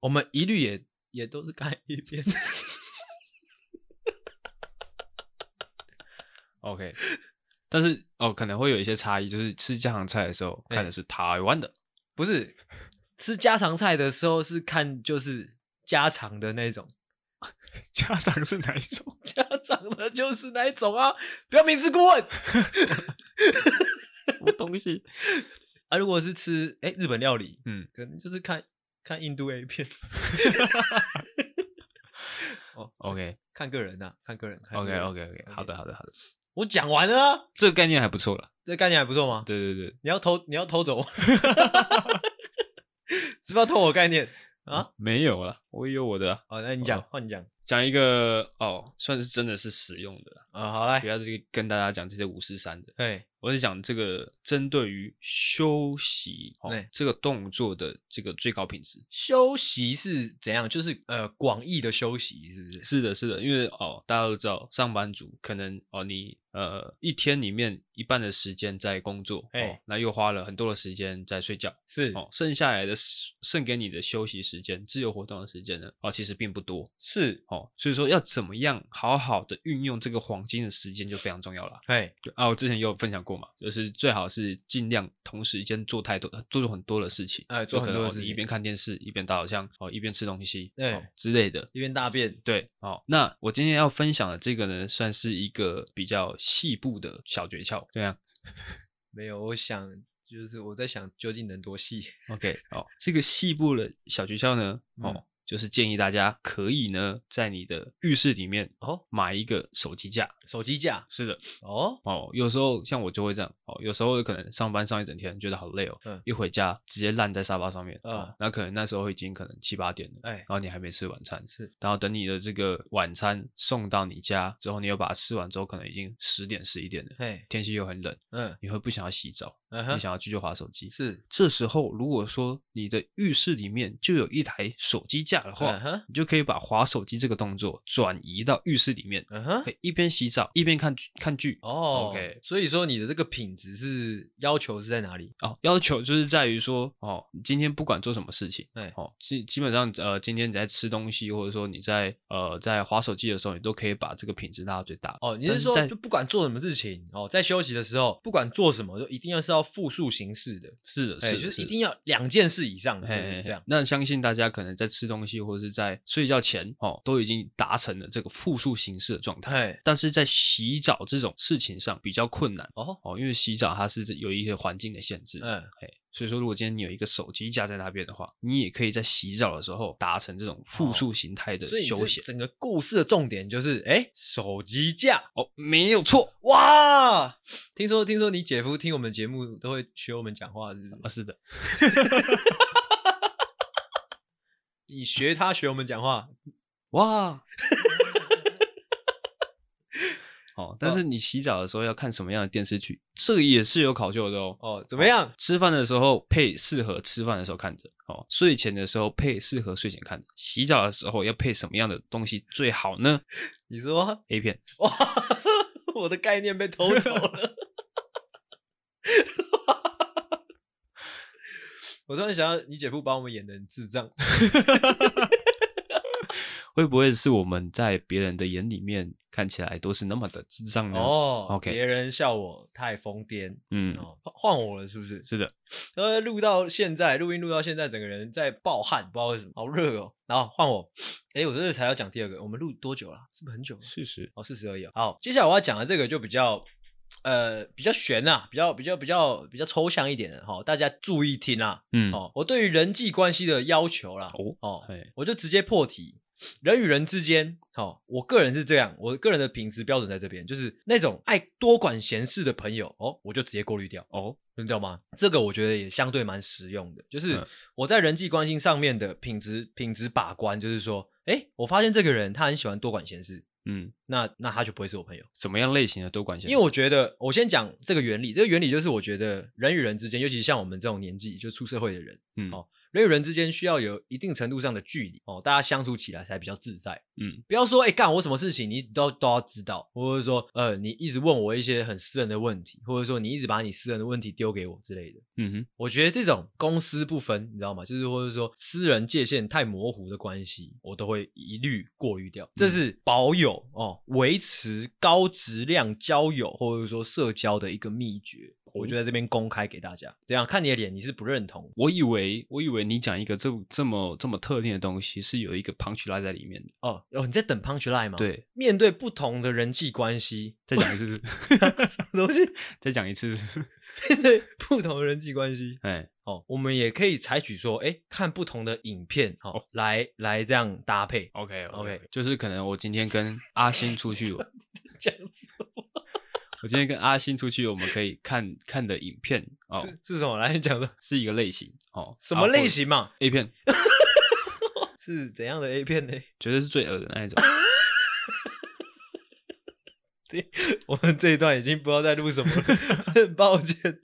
S2: 我们一律也也都是看 A 片。
S1: OK，但是哦，可能会有一些差异，就是吃家常菜的时候
S2: 哎
S1: 看的是台湾 的，
S2: 不是吃家常菜的时候是看就是家常的那种，
S1: 家常是哪一种？
S2: 家常的就是那一种啊，不要明知故问
S1: 什么东西？
S2: 啊。如果是吃哎、日本料理，
S1: 嗯，
S2: 可能就是看看印度 A 片，
S1: OK
S2: 看个人呐、啊看个人。看个
S1: OK
S2: 人
S1: OK OK，好的好的好的，
S2: 我讲完了啊、
S1: 这个概念还不错了。
S2: 这概念还不错吗？
S1: 对对对，
S2: 你要偷你要偷 走我，是不是要偷我概念？啊，
S1: 没有了，我也有我的啊、
S2: 哦，那你讲
S1: 哦，
S2: 换你讲
S1: 讲一个哦，算是真的是实用的啦，
S2: 啊，好来
S1: 不，要这跟大家讲这些五四三的，
S2: 哎，
S1: 我是讲这个针对于休息、哦
S2: 对、
S1: 这个动作的这个最高品质。
S2: 休息是怎样？就是呃，广义的休息是不是？
S1: 是的，是的，因为哦，大家都知道，上班族可能哦，你呃一天里面一半的时间在工作，哦
S2: 哎，
S1: 那又花了很多的时间在睡觉，
S2: 是
S1: 哦，剩下来的时剩给你的休息时间、自由活动的时间呢，哦，其实并不多，
S2: 是，
S1: 哦，所以说要怎么样好好的运用这个黄金的时间就非常重要了。
S2: 哎，
S1: 对啊，我之前也有分享过嘛，就是最好是尽量同时间做太多、做很多的事情，
S2: 哎做
S1: 有可
S2: 很
S1: 能
S2: 多
S1: 哦
S2: 的事
S1: 你一
S2: 情
S1: 边看电视，一边打手枪，哦，一边吃东西，
S2: 哎
S1: 哦之类的，
S2: 一边大便，
S1: 对，哦，那我今天要分享的这个呢，算是一个比较细部的小诀窍，这样
S2: 没有，我想就是我在想究竟能多细？
S1: ，OK，哦，这个细部的小诀窍呢，哦，
S2: 嗯
S1: 就是建议大家可以呢，在你的浴室里面
S2: 哦，
S1: 买一个手机架。
S2: 手机架
S1: 是的，
S2: 哦，
S1: 哦，有时候像我就会这样，哦，有时候可能上班上一整天觉得好累哦，
S2: 嗯
S1: 一回家直接烂在沙发上面，
S2: 嗯
S1: 哦，那可能那时候已经可能七八点了，
S2: 哎
S1: 然，后你还没吃晚餐，
S2: 是
S1: 然后等你的这个晚餐送到你家之后，你又把它吃完之后，可能已经十点十一点了，
S2: 哎，
S1: 天气又很冷，
S2: 嗯
S1: 你会不想要洗澡，
S2: 嗯
S1: 你
S2: 哼，
S1: 想要继续划手机。
S2: 是，
S1: 这时候，如果说你的浴室里面就有一台手机架的
S2: 嗯
S1: 话，
S2: 哼，
S1: 你就可以把划手机这个动作转移到浴室里面，
S2: 嗯哼
S1: 可。以一边洗澡一边看剧看剧。
S2: 哦
S1: OK
S2: 所以说你的这个品质是要求是在哪里？
S1: 哦，要求就是在于说，哦，你今天不管做什么事情，
S2: 哎
S1: 哦，基基本上，呃，今天你在吃东西，或者说你在呃在划手机的时候，你都可以把这个品质拉到最大。
S2: 哦，你
S1: 但
S2: 是说
S1: 在
S2: 就不管做什么事情哦，在休息的时候，不管做什么，就一定要是要复数形式的，
S1: 是的，
S2: 哎，
S1: 是的，
S2: 就是
S1: 是
S2: 一
S1: 的
S2: 定要两件事以上的，
S1: 嘿
S2: 是
S1: 嘿
S2: 不
S1: 嘿
S2: 是这样。
S1: 那相信大家可能在吃东西或者是在睡觉前哦，都已经达成了这个复数形式的状态。
S2: 嘿，
S1: 但是在洗澡这种事情上比较困难
S2: 哦，
S1: 哦，因为洗澡它是有一些环境的限制。
S2: 嗯，
S1: 哎，所以说如果今天你有一个手机架在那边的话，你也可以在洗澡的时候达成这种复数形态的
S2: 哦所以
S1: 休
S2: 这
S1: 闲。
S2: 整个故事的重点就是，哎，手机架，
S1: 哦，没有错
S2: 哇！听说听说你姐夫听我们节目都会学我们讲话，是不是？
S1: 啊，是的，
S2: 你学他学我们讲话，
S1: 哇。 哦，但是你洗澡的时候要看什么样的电视剧，这个也是有考究的哦。
S2: 哦，怎么样？
S1: 吃饭的时候配适合吃饭的时候看着哦，睡前的时候配适合睡前看着，洗澡的时候要配什么样的东西最好呢
S2: 你说，
S1: ？A 片
S2: 哇，我的概念被偷走了。 我突然想到，你姐夫把我们演的很智障，
S1: 会不会是我们在别人的眼里面看起来都是那么的智障呢？
S2: 哦
S1: 嗯 OK
S2: 别人笑我太疯癫，
S1: 嗯，
S2: 哦，换换我了是不是？
S1: 是的，
S2: 呃，录到现在，录音录到现在，整个人在暴汗，不知道为什么，好热哦。然后换我，哎，我这才要讲第二个，我们录多久了？是不是很久了？
S1: 事实
S2: 哦，四十而已哦。好，接下来我要讲的这个就比较，呃，比较悬啊，比较比较比较比较抽象一点的哈、哦，大家注意听啊。
S1: 嗯
S2: 哦，我对于人际关系的要求啦，
S1: 哦
S2: 哦
S1: 嘿，
S2: 我就直接破题。人与人之间，哦，我个人是这样，我个人的品质标准在这边，就是那种爱多管闲事的朋友，哦，我就直接过滤掉，
S1: 哦
S2: 你懂吗？这个我觉得也相对蛮实用的，就是
S1: 嗯
S2: 我在人际关系上面的品质品质把关，就是说，哎，我发现这个人他很喜欢多管闲事，
S1: 嗯，
S2: 那那他就不会是我朋友。
S1: 怎么样类型的都管闲事，
S2: 因为我觉得，我先讲这个原理。这个原理就是，我觉得人与人之间，尤其像我们这种年纪就出社会的人，
S1: 嗯
S2: 哦人与人之间需要有一定程度上的距离哦，大家相处起来才比较自在。
S1: 嗯，
S2: 不要说哎干、我什么事情你都都要知道，或者说呃你一直问我一些很私人的问题，或者说你一直把你私人的问题丢给我之类的。
S1: 嗯哼，
S2: 我觉得这种公私不分，你知道吗？就是或者说私人界限太模糊的关系，我都会一律过滤掉。
S1: 嗯
S2: 这是保有哦，维持高质量交友或者说社交的一个秘诀。
S1: 嗯
S2: 我就在这边公开给大家，这样看你的脸，你是不认同
S1: 我以为我以为你讲一个这这么这么特定的东西是有一个 punch line 在里面的。
S2: 哦哦，你在等 punch line 吗？，
S1: 对，
S2: 面对不同的人际关系，
S1: 再讲一次，
S2: 东西
S1: 再讲一次，是
S2: 面对不同的人际关系，
S1: 哎，
S2: 哦，我们也可以采取说，哎，看不同的影片，好、
S1: 哦
S2: 来来这样搭配，
S1: OK
S2: OK，OK
S1: 就是可能我今天跟阿星出去，我
S2: 这样子。
S1: 我今天跟阿星出去，我们可以看看的影片哦，
S2: 是什么？来你讲的
S1: 是一个类型哦，
S2: 什么类型嘛？
S1: A 片，
S2: 是怎样的 A 片呢？
S1: 绝对是最恶的那一种。
S2: 我们这一段已经不知道在录什么了， 很抱歉，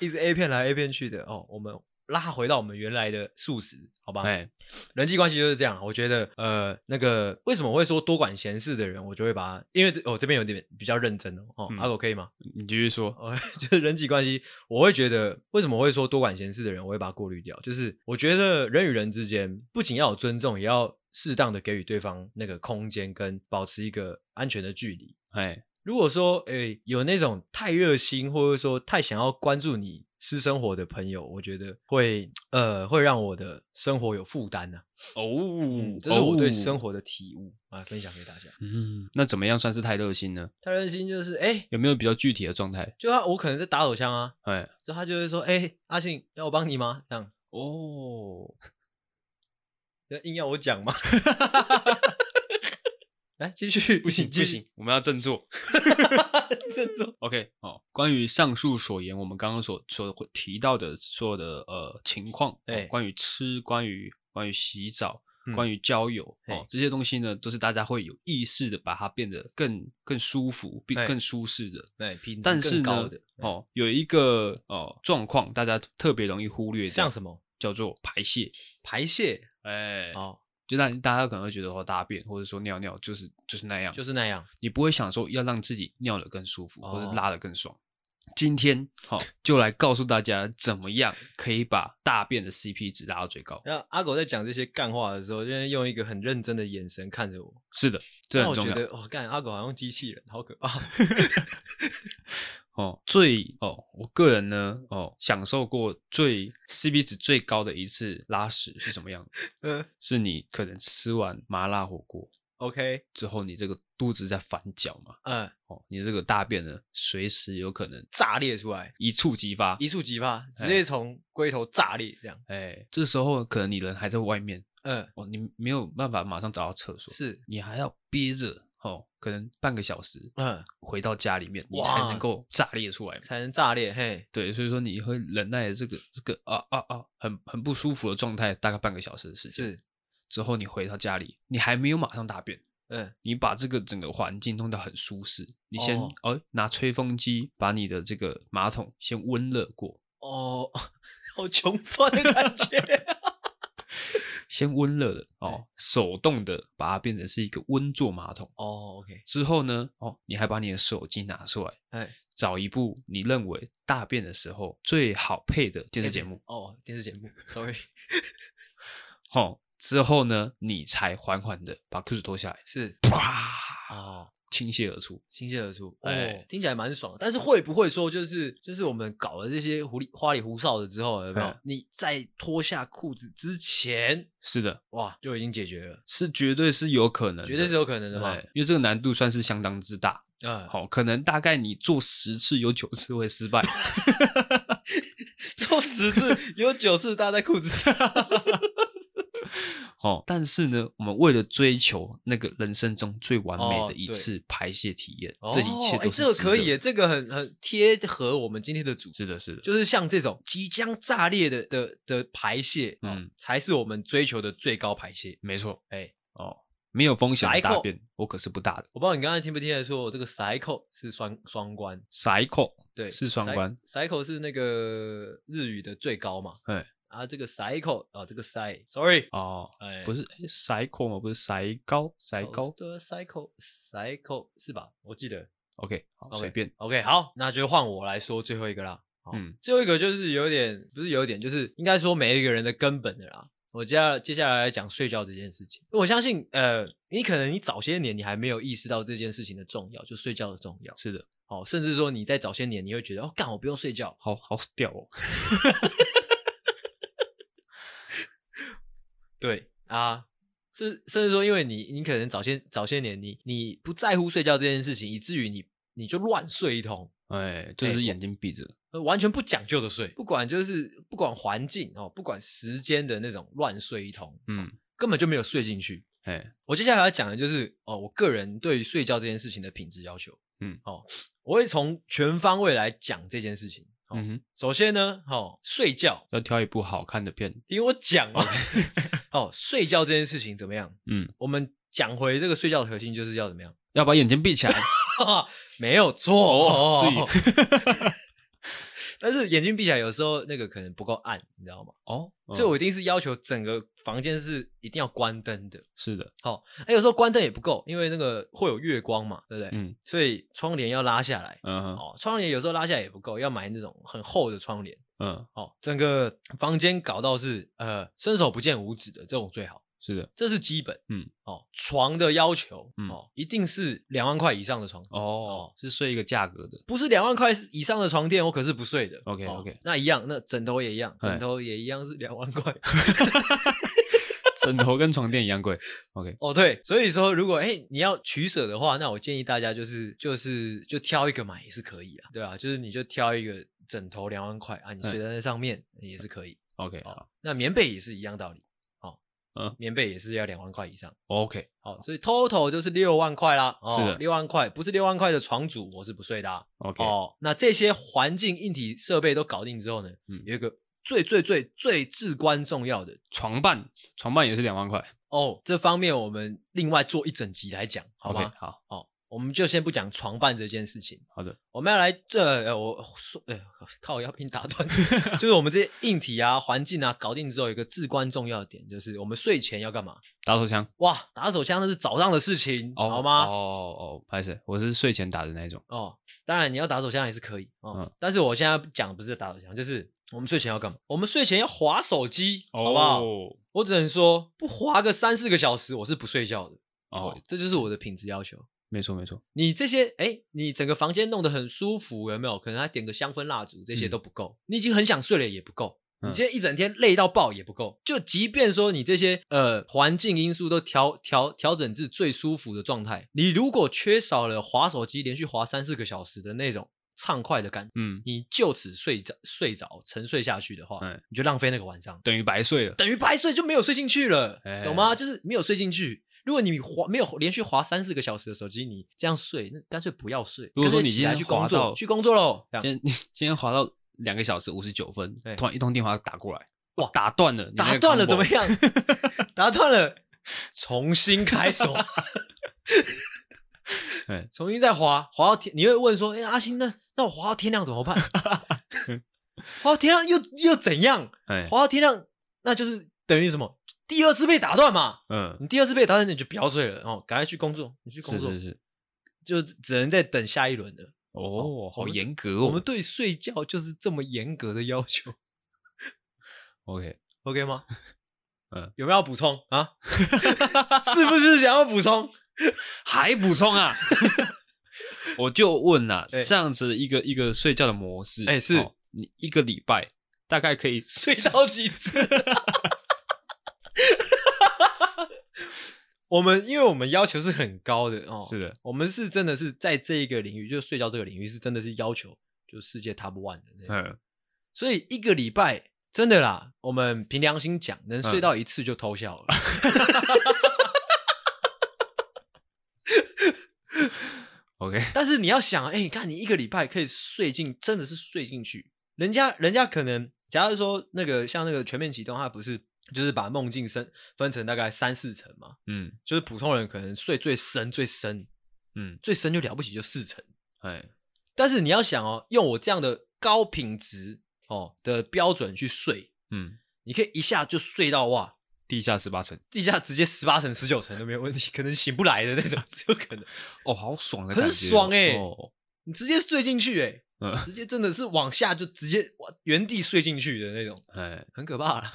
S2: 一直 A 片来 A 片去的哦。我们拉回到我们原来的素食，好吧？
S1: 哎，
S2: 人际关系就是这样。我觉得，呃，那个为什么我会说多管闲事的人，我就会把他，因为这我、这边有点比较认真哦。哦，
S1: 嗯
S2: 阿狗可以吗？
S1: 你继续说。
S2: 哦，就是人际关系，我会觉得为什么会说多管闲事的人，我会把它过滤掉。就是我觉得人与人之间不仅要有尊重，也要适当的给予对方那个空间，跟保持一个安全的距离。
S1: 哎，
S2: 如果说诶、有那种太热心，或者说太想要关注你私生活的朋友，我觉得会呃会让我的生活有负担呐、
S1: 哦
S2: 嗯，这是我对生
S1: 活。
S2: 活的体悟啊，分享给大家。
S1: 哦嗯，那怎么样算是太热心呢？
S2: 太热心就是诶、
S1: 有没有比较具体的状态？
S2: 就他我可能在打手枪啊，
S1: 哎，
S2: 之后他就会说诶、阿信要我帮你吗？这样。
S1: 哦，
S2: 要硬要我讲吗？ 来继 续，
S1: 不行不
S2: 继续
S1: 行，，我们要振 作。
S2: 郑重。
S1: OK，哦，关于上述所言，我们刚刚所所提到的所有的呃情况，哦
S2: 哎
S1: 关于吃，关于关于洗澡，
S2: 嗯
S1: 关于交友，
S2: 哎
S1: 哦，这些东西呢，都是大家会有意识的把它变得更更舒服，并
S2: 哎
S1: 更舒适的。
S2: 对，哎品质
S1: 但是
S2: 更
S1: 呢
S2: 高的，哦，
S1: 哦，有一个哦状况，大家特别容易忽略掉，
S2: 像什么
S1: 叫做排泄，
S2: 排泄
S1: 哎，
S2: 哦，
S1: 就让大家可能会觉得说大便或者说尿尿就是就是那样，
S2: 就是那样。
S1: 你不会想说要让自己尿得更舒服，
S2: 哦
S1: 或者拉得更爽。今天好、就来告诉大家怎么样可以把大便的 CP 值拉到最高。
S2: 那阿狗在讲这些干话的时候，就会用一个很认真的眼神看着我，
S1: 是的，这
S2: 让
S1: 很
S2: 我
S1: 重
S2: 觉
S1: 要
S2: 得哦，干阿狗好像机器人，好可 怕。
S1: 哦。最哦，我个人呢哦，享受过最 CP 值最高的一次拉屎是什么样？
S2: 嗯
S1: 是你可能吃完麻辣火锅
S2: ，OK，
S1: 之后，你这个肚子在翻搅嘛，
S2: 嗯，
S1: 哦，你这个大便呢，随时有可能
S2: 炸裂出来，
S1: 一触即发，
S2: 一触即发，直接从龟头炸裂这样。
S1: 哎，这时候可能你人还在外面，
S2: 嗯，
S1: 哦，你没有办法马上找到厕所，
S2: 是，
S1: 你还要憋着，哦，可能半个小时
S2: 嗯，
S1: 回到家里面，你
S2: 哇
S1: 才能够炸裂出来嘛。
S2: 才能炸裂。嘿，
S1: 对，所以说你会忍耐这个这个啊啊啊，很很不舒服的状态，大概半个小时的时间。
S2: 是，
S1: 之后你回到家里，你还没有马上大便，
S2: 嗯，
S1: 你把这个整个环境弄得很舒适，你先
S2: 哦
S1: 哦拿吹风机把你的这个马桶先温热过，
S2: 哦， 好穷酸的感觉。
S1: 先温热了哦，手动的把它变成是一个温座马桶。
S2: 哦，OK，
S1: 之后呢，哦，你还把你的手机拿出来，
S2: 哎，
S1: 找一部你认为大便的时候最好配的电视节目，
S2: 哦，电视节目，sorry，
S1: 哦，之后呢，你才缓缓的把裤子脱下来，
S2: 是
S1: 啪，
S2: 哦，
S1: 倾泻而出。
S2: 倾泻而出，哦
S1: 哎，
S2: 听起来蛮爽。但是会不会说，就是就是我们搞了这些狐狸花里胡哨的之后，有没有
S1: 嗯？
S2: 你在脱下裤子之前，
S1: 是的，
S2: 哇，就已经解决了，
S1: 是绝对是有可能的，哎
S2: 绝对是有可能的嘛
S1: 对。，因为这个难度算是相当之大。
S2: 嗯，
S1: 好、可能大概你做十次有九次会 失败。
S2: 做十次有九次搭在裤 子上，
S1: 哦，但是呢，我们为了追求那个人生中最完美
S2: 哦
S1: 的一
S2: 对
S1: 次排泄体验，这一切
S2: 哦哎
S1: 都是、
S2: 这个可以耶，。这个很很贴合我们今天的主题。
S1: 是的，是的，
S2: 就是像这种即将炸裂的的的排泄，嗯
S1: 嗯，
S2: 才是我们追求的最高排泄。
S1: 没错。
S2: 哎，
S1: 哦，没有风险
S2: 塞
S1: 的大
S2: 扣
S1: 便，我可是不大的。
S2: 我不知道你刚才听不听得出，我这个 cycle 是双双关，
S1: 塞扣
S2: 对，
S1: 是双关，
S2: cy-。cycle 是那个日语的最高嘛？
S1: 哎，
S2: 啊，这个 cycle 啊，这个 cy，sorry，
S1: 哦，
S2: 哎，
S1: 不
S2: 是
S1: 是诶塞口吗？不是塞高塞高
S2: 的 cycle cycle 是吧？我记得。
S1: ？OK，好
S2: OK
S1: 随便。
S2: OK，好，那就换我来说最后一个啦。好
S1: 嗯，
S2: 最后一个就是有点，不是有点，就是应该说每一个人的根本的啦。我接下来接下来来讲睡觉这件事情，我相信，呃，你可能你早些年你还没有意识到这件事情的重要，就睡觉的重要。
S1: 是的，
S2: 好，哦甚至说你在早些年你会觉得，哦，干我不用睡觉，
S1: 好好屌 哦。
S2: 对啊，甚甚至说，因为你你可能早些早些年你你不在乎睡觉这件事情，以至于你你就乱睡一通，
S1: 哎，就
S2: 哎
S1: 是
S2: 我
S1: 眼睛闭着。
S2: 呃完全不讲究的睡，不管就是不管环境哦，不管时间的那种乱睡一通，
S1: 嗯，
S2: 根本就没有睡进去。
S1: 哎，
S2: 我接下来要讲的就是哦，我个人对于睡觉这件事情的品质要求，
S1: 嗯，
S2: 哦，我会从全方位来讲这件事情。哦
S1: 嗯哼，
S2: 首先呢，哦，睡觉，
S1: 要挑一部好看的片。
S2: 听我讲嘛， 哦，睡觉这件事情怎么样？
S1: 嗯，
S2: 我们讲回这个睡觉的核心就是要怎么样？
S1: 要把眼睛闭起来。
S2: 没有错，
S1: 哦
S2: 是。 但是眼睛闭起来，有时候那个可能不够暗，你知道吗？
S1: 哦，
S2: 所以我一定是要求整个房间是一定要关灯的。
S1: 是的，
S2: 哎、有时候关灯也不够，因为那个会有月光嘛，对不对？
S1: 嗯
S2: 所以窗帘要拉下来。
S1: 嗯哼
S2: 哦，窗帘有时候拉下来也不够，要买那种很厚的窗帘。
S1: 嗯，
S2: 哦，整个房间搞到是呃伸手不见五指的这种最好。
S1: 是的。
S2: 这是基本，
S1: 嗯，
S2: 哦，床的要求，
S1: 嗯
S2: 哦，一定是两万块以上的床，
S1: 哦，是睡一个价格的。
S2: 不是两万块以上的床垫，我可是不睡的。
S1: OK，
S2: 哦
S1: OK
S2: 那一样，那枕头也一样，
S1: 哎
S2: 枕头也一样是两万块。
S1: 枕头跟床垫一样贵。OK，
S2: 哦，对，所以说如果哎、你要取舍的话，那我建议大家就是就是就挑一个买也是可以啊，对啊，就是你就挑一个枕头两万块啊，你
S1: 哎
S2: 睡在那上面也是可以。
S1: OK，
S2: 哦
S1: 好，
S2: 那棉被也是一样道理。哦，
S1: 嗯
S2: 棉被也是要两万块以上。
S1: ，OK，
S2: 好，所以 total 就是六万块啦。哦、
S1: 是的
S2: 六万块，不是六万块的床组，我是不睡的、啊。
S1: OK，
S2: 哦，那这些环境硬体设备都搞定之后呢，
S1: 嗯
S2: 有一个最最最最至关重要的
S1: 床伴，床伴也是两万块。
S2: 哦，这方面我们另外做一整集来讲，好
S1: OK，
S2: 吗
S1: 好，
S2: 哦，我们就先不讲床伴这件事情，
S1: 好的，
S2: 我们要来这、呃、我说，哎、靠，要被你打 断，就是我们这些硬体啊、环境啊搞定之后，有一个至关重要的点就是我们睡前要干嘛？
S1: 打手枪。
S2: 哇，打手枪那是早上的事情，
S1: 哦，
S2: 好吗？
S1: 哦哦，不好意思，我是睡前打的那一种。
S2: 哦，当然你要打手枪也是可以哦，
S1: 嗯
S2: 但是我现在讲的不是打手枪，就是我们睡前要干嘛？我们睡前要划手机，好不好？
S1: 哦
S2: 我只能说，不划个三四个小时，我是不睡觉的。
S1: 哦，
S2: 这就是我的品质要求。
S1: 没错没错，
S2: 你这些，哎，你整个房间弄得很舒服，有没有？可能还点个香氛蜡烛，这些
S1: 嗯
S2: 都不够。你已经很想睡了，也不够。
S1: 嗯
S2: 你今天一整天累到爆也不够。就即便说你这些呃环境因素都调调调整至最舒服的状态，你如果缺少了滑手机连续滑三四个小时的那种畅快的感，
S1: 嗯，
S2: 你就此睡着睡着沉睡下去的话，
S1: 哎
S2: 你就浪费那个晚上。
S1: 等于白睡了。
S2: 等于白睡就没有睡进去了，
S1: 哎
S2: 懂吗？就是没有睡进去。如果你滑没有连续滑三四个小时的手机，你这样睡，那干脆不要睡。
S1: 如果说
S2: 干脆
S1: 你
S2: 起
S1: 今天
S2: 来去工
S1: 滑
S2: 作，
S1: 到
S2: 去工作喽。这
S1: 今
S2: 样
S1: 天今天滑到两个小时五十九分
S2: 对，
S1: 突然一通电话打过来，
S2: 哇
S1: 打断了，你那
S2: 打
S1: 个
S2: 断了
S1: combo
S2: 怎么？样？ 打断了，重新开始滑
S1: 哎。
S2: 重新再滑，滑到天，你会问说：“哎、阿星，那那我滑到天亮怎么办？ 滑到天亮又又怎样？
S1: 哎，
S2: 滑到天亮，那就是等于什么？第二次被打断嘛。
S1: 嗯，
S2: 你第二次被打断，你就不要睡了哦，赶快去工作，你去 工
S1: 是
S2: 作。
S1: 是是，
S2: 就只能再等下一轮了。
S1: 哦，
S2: 我
S1: 好
S2: 们
S1: 严格哦。
S2: 我们对睡觉就是这么严格的要求
S1: OK，
S2: ，OK 吗？
S1: 嗯，
S2: 有没有要补充 啊？是不是想要补充？
S1: 还补充 啊？ 我就问啦、
S2: 哎
S1: 这样子一个一个睡觉的模式，
S2: 哎是
S1: 哦你一个礼拜大概可以
S2: 睡 到几次？我们因为我们要求是很高的哦，
S1: 是的，
S2: 我们是真的是在这一个领域，就是睡觉这个领域是真的是要求就是世界 top one 的那种。
S1: 嗯，
S2: 所以一个礼拜真的啦，我们凭良心讲，能睡到一次就偷笑了。
S1: OK，
S2: 但是你要想，哎、你看你一个礼拜可以睡进，真的是睡进去。人家人家可能，假如说那个像那个全面启动，它不是就是把梦境分分成大概三四层嘛？
S1: 嗯
S2: 就是普通人可能睡最深最深
S1: 嗯，
S2: 最深就了不起就四层，
S1: 哎，
S2: 但是你要想哦，用我这样的高品质哦的标准去睡，
S1: 嗯，
S2: 你可以一下就睡到哇，
S1: 地下十八层，
S2: 地下直接十八层、十九层都没有问题，可能醒不来的那种， 就可能
S1: 哦，好爽的
S2: 很
S1: 感觉哦，
S2: 爽欸
S1: 哦
S2: 你直接睡进去、欸，
S1: 嗯
S2: 直接真的是往下就直接哇原地睡进去的那种，
S1: 哎，
S2: 很可怕了。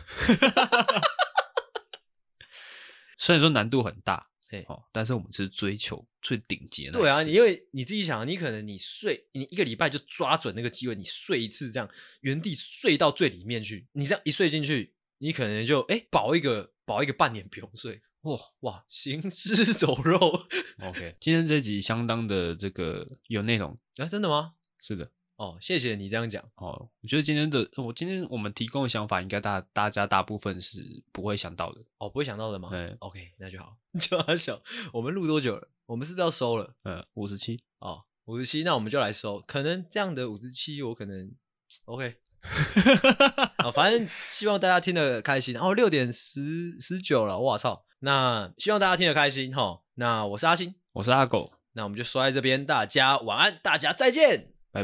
S1: 虽然说难度很大
S2: 嘿，
S1: 哦，但是我们是追求最顶级的那一次。
S2: 对啊，你因为你自己想，你可能你睡，你一个礼拜就抓准那个机会，你睡一次这样，原地睡到最里面去，你这样一睡进去，你可能就哎保一个保一个半年不用睡，哇、哇，行尸走肉
S1: OK，今天这集相当的这个有内容，
S2: 啊，真的吗？
S1: 是的。
S2: 哦，谢谢你这样讲，
S1: 哦，我觉得今天的我今天我们提供的想法，应该大大家大部分是不会想到的。
S2: 哦，不会想到的吗？
S1: 对
S2: o k 那就好。 就阿小，我们录多久了？我们是不是要收了？
S1: 嗯，五十七，
S2: 哦，五十七，那我们就来收。可能这样的五十七，我可能 OK。啊、反正希望大家听得开心。然后六点十十九了，我操！那希望大家听得开心哈。那我是阿星，
S1: 我是阿狗，
S2: 那我们就说在这边，大家晚安，大家再见。
S1: 拜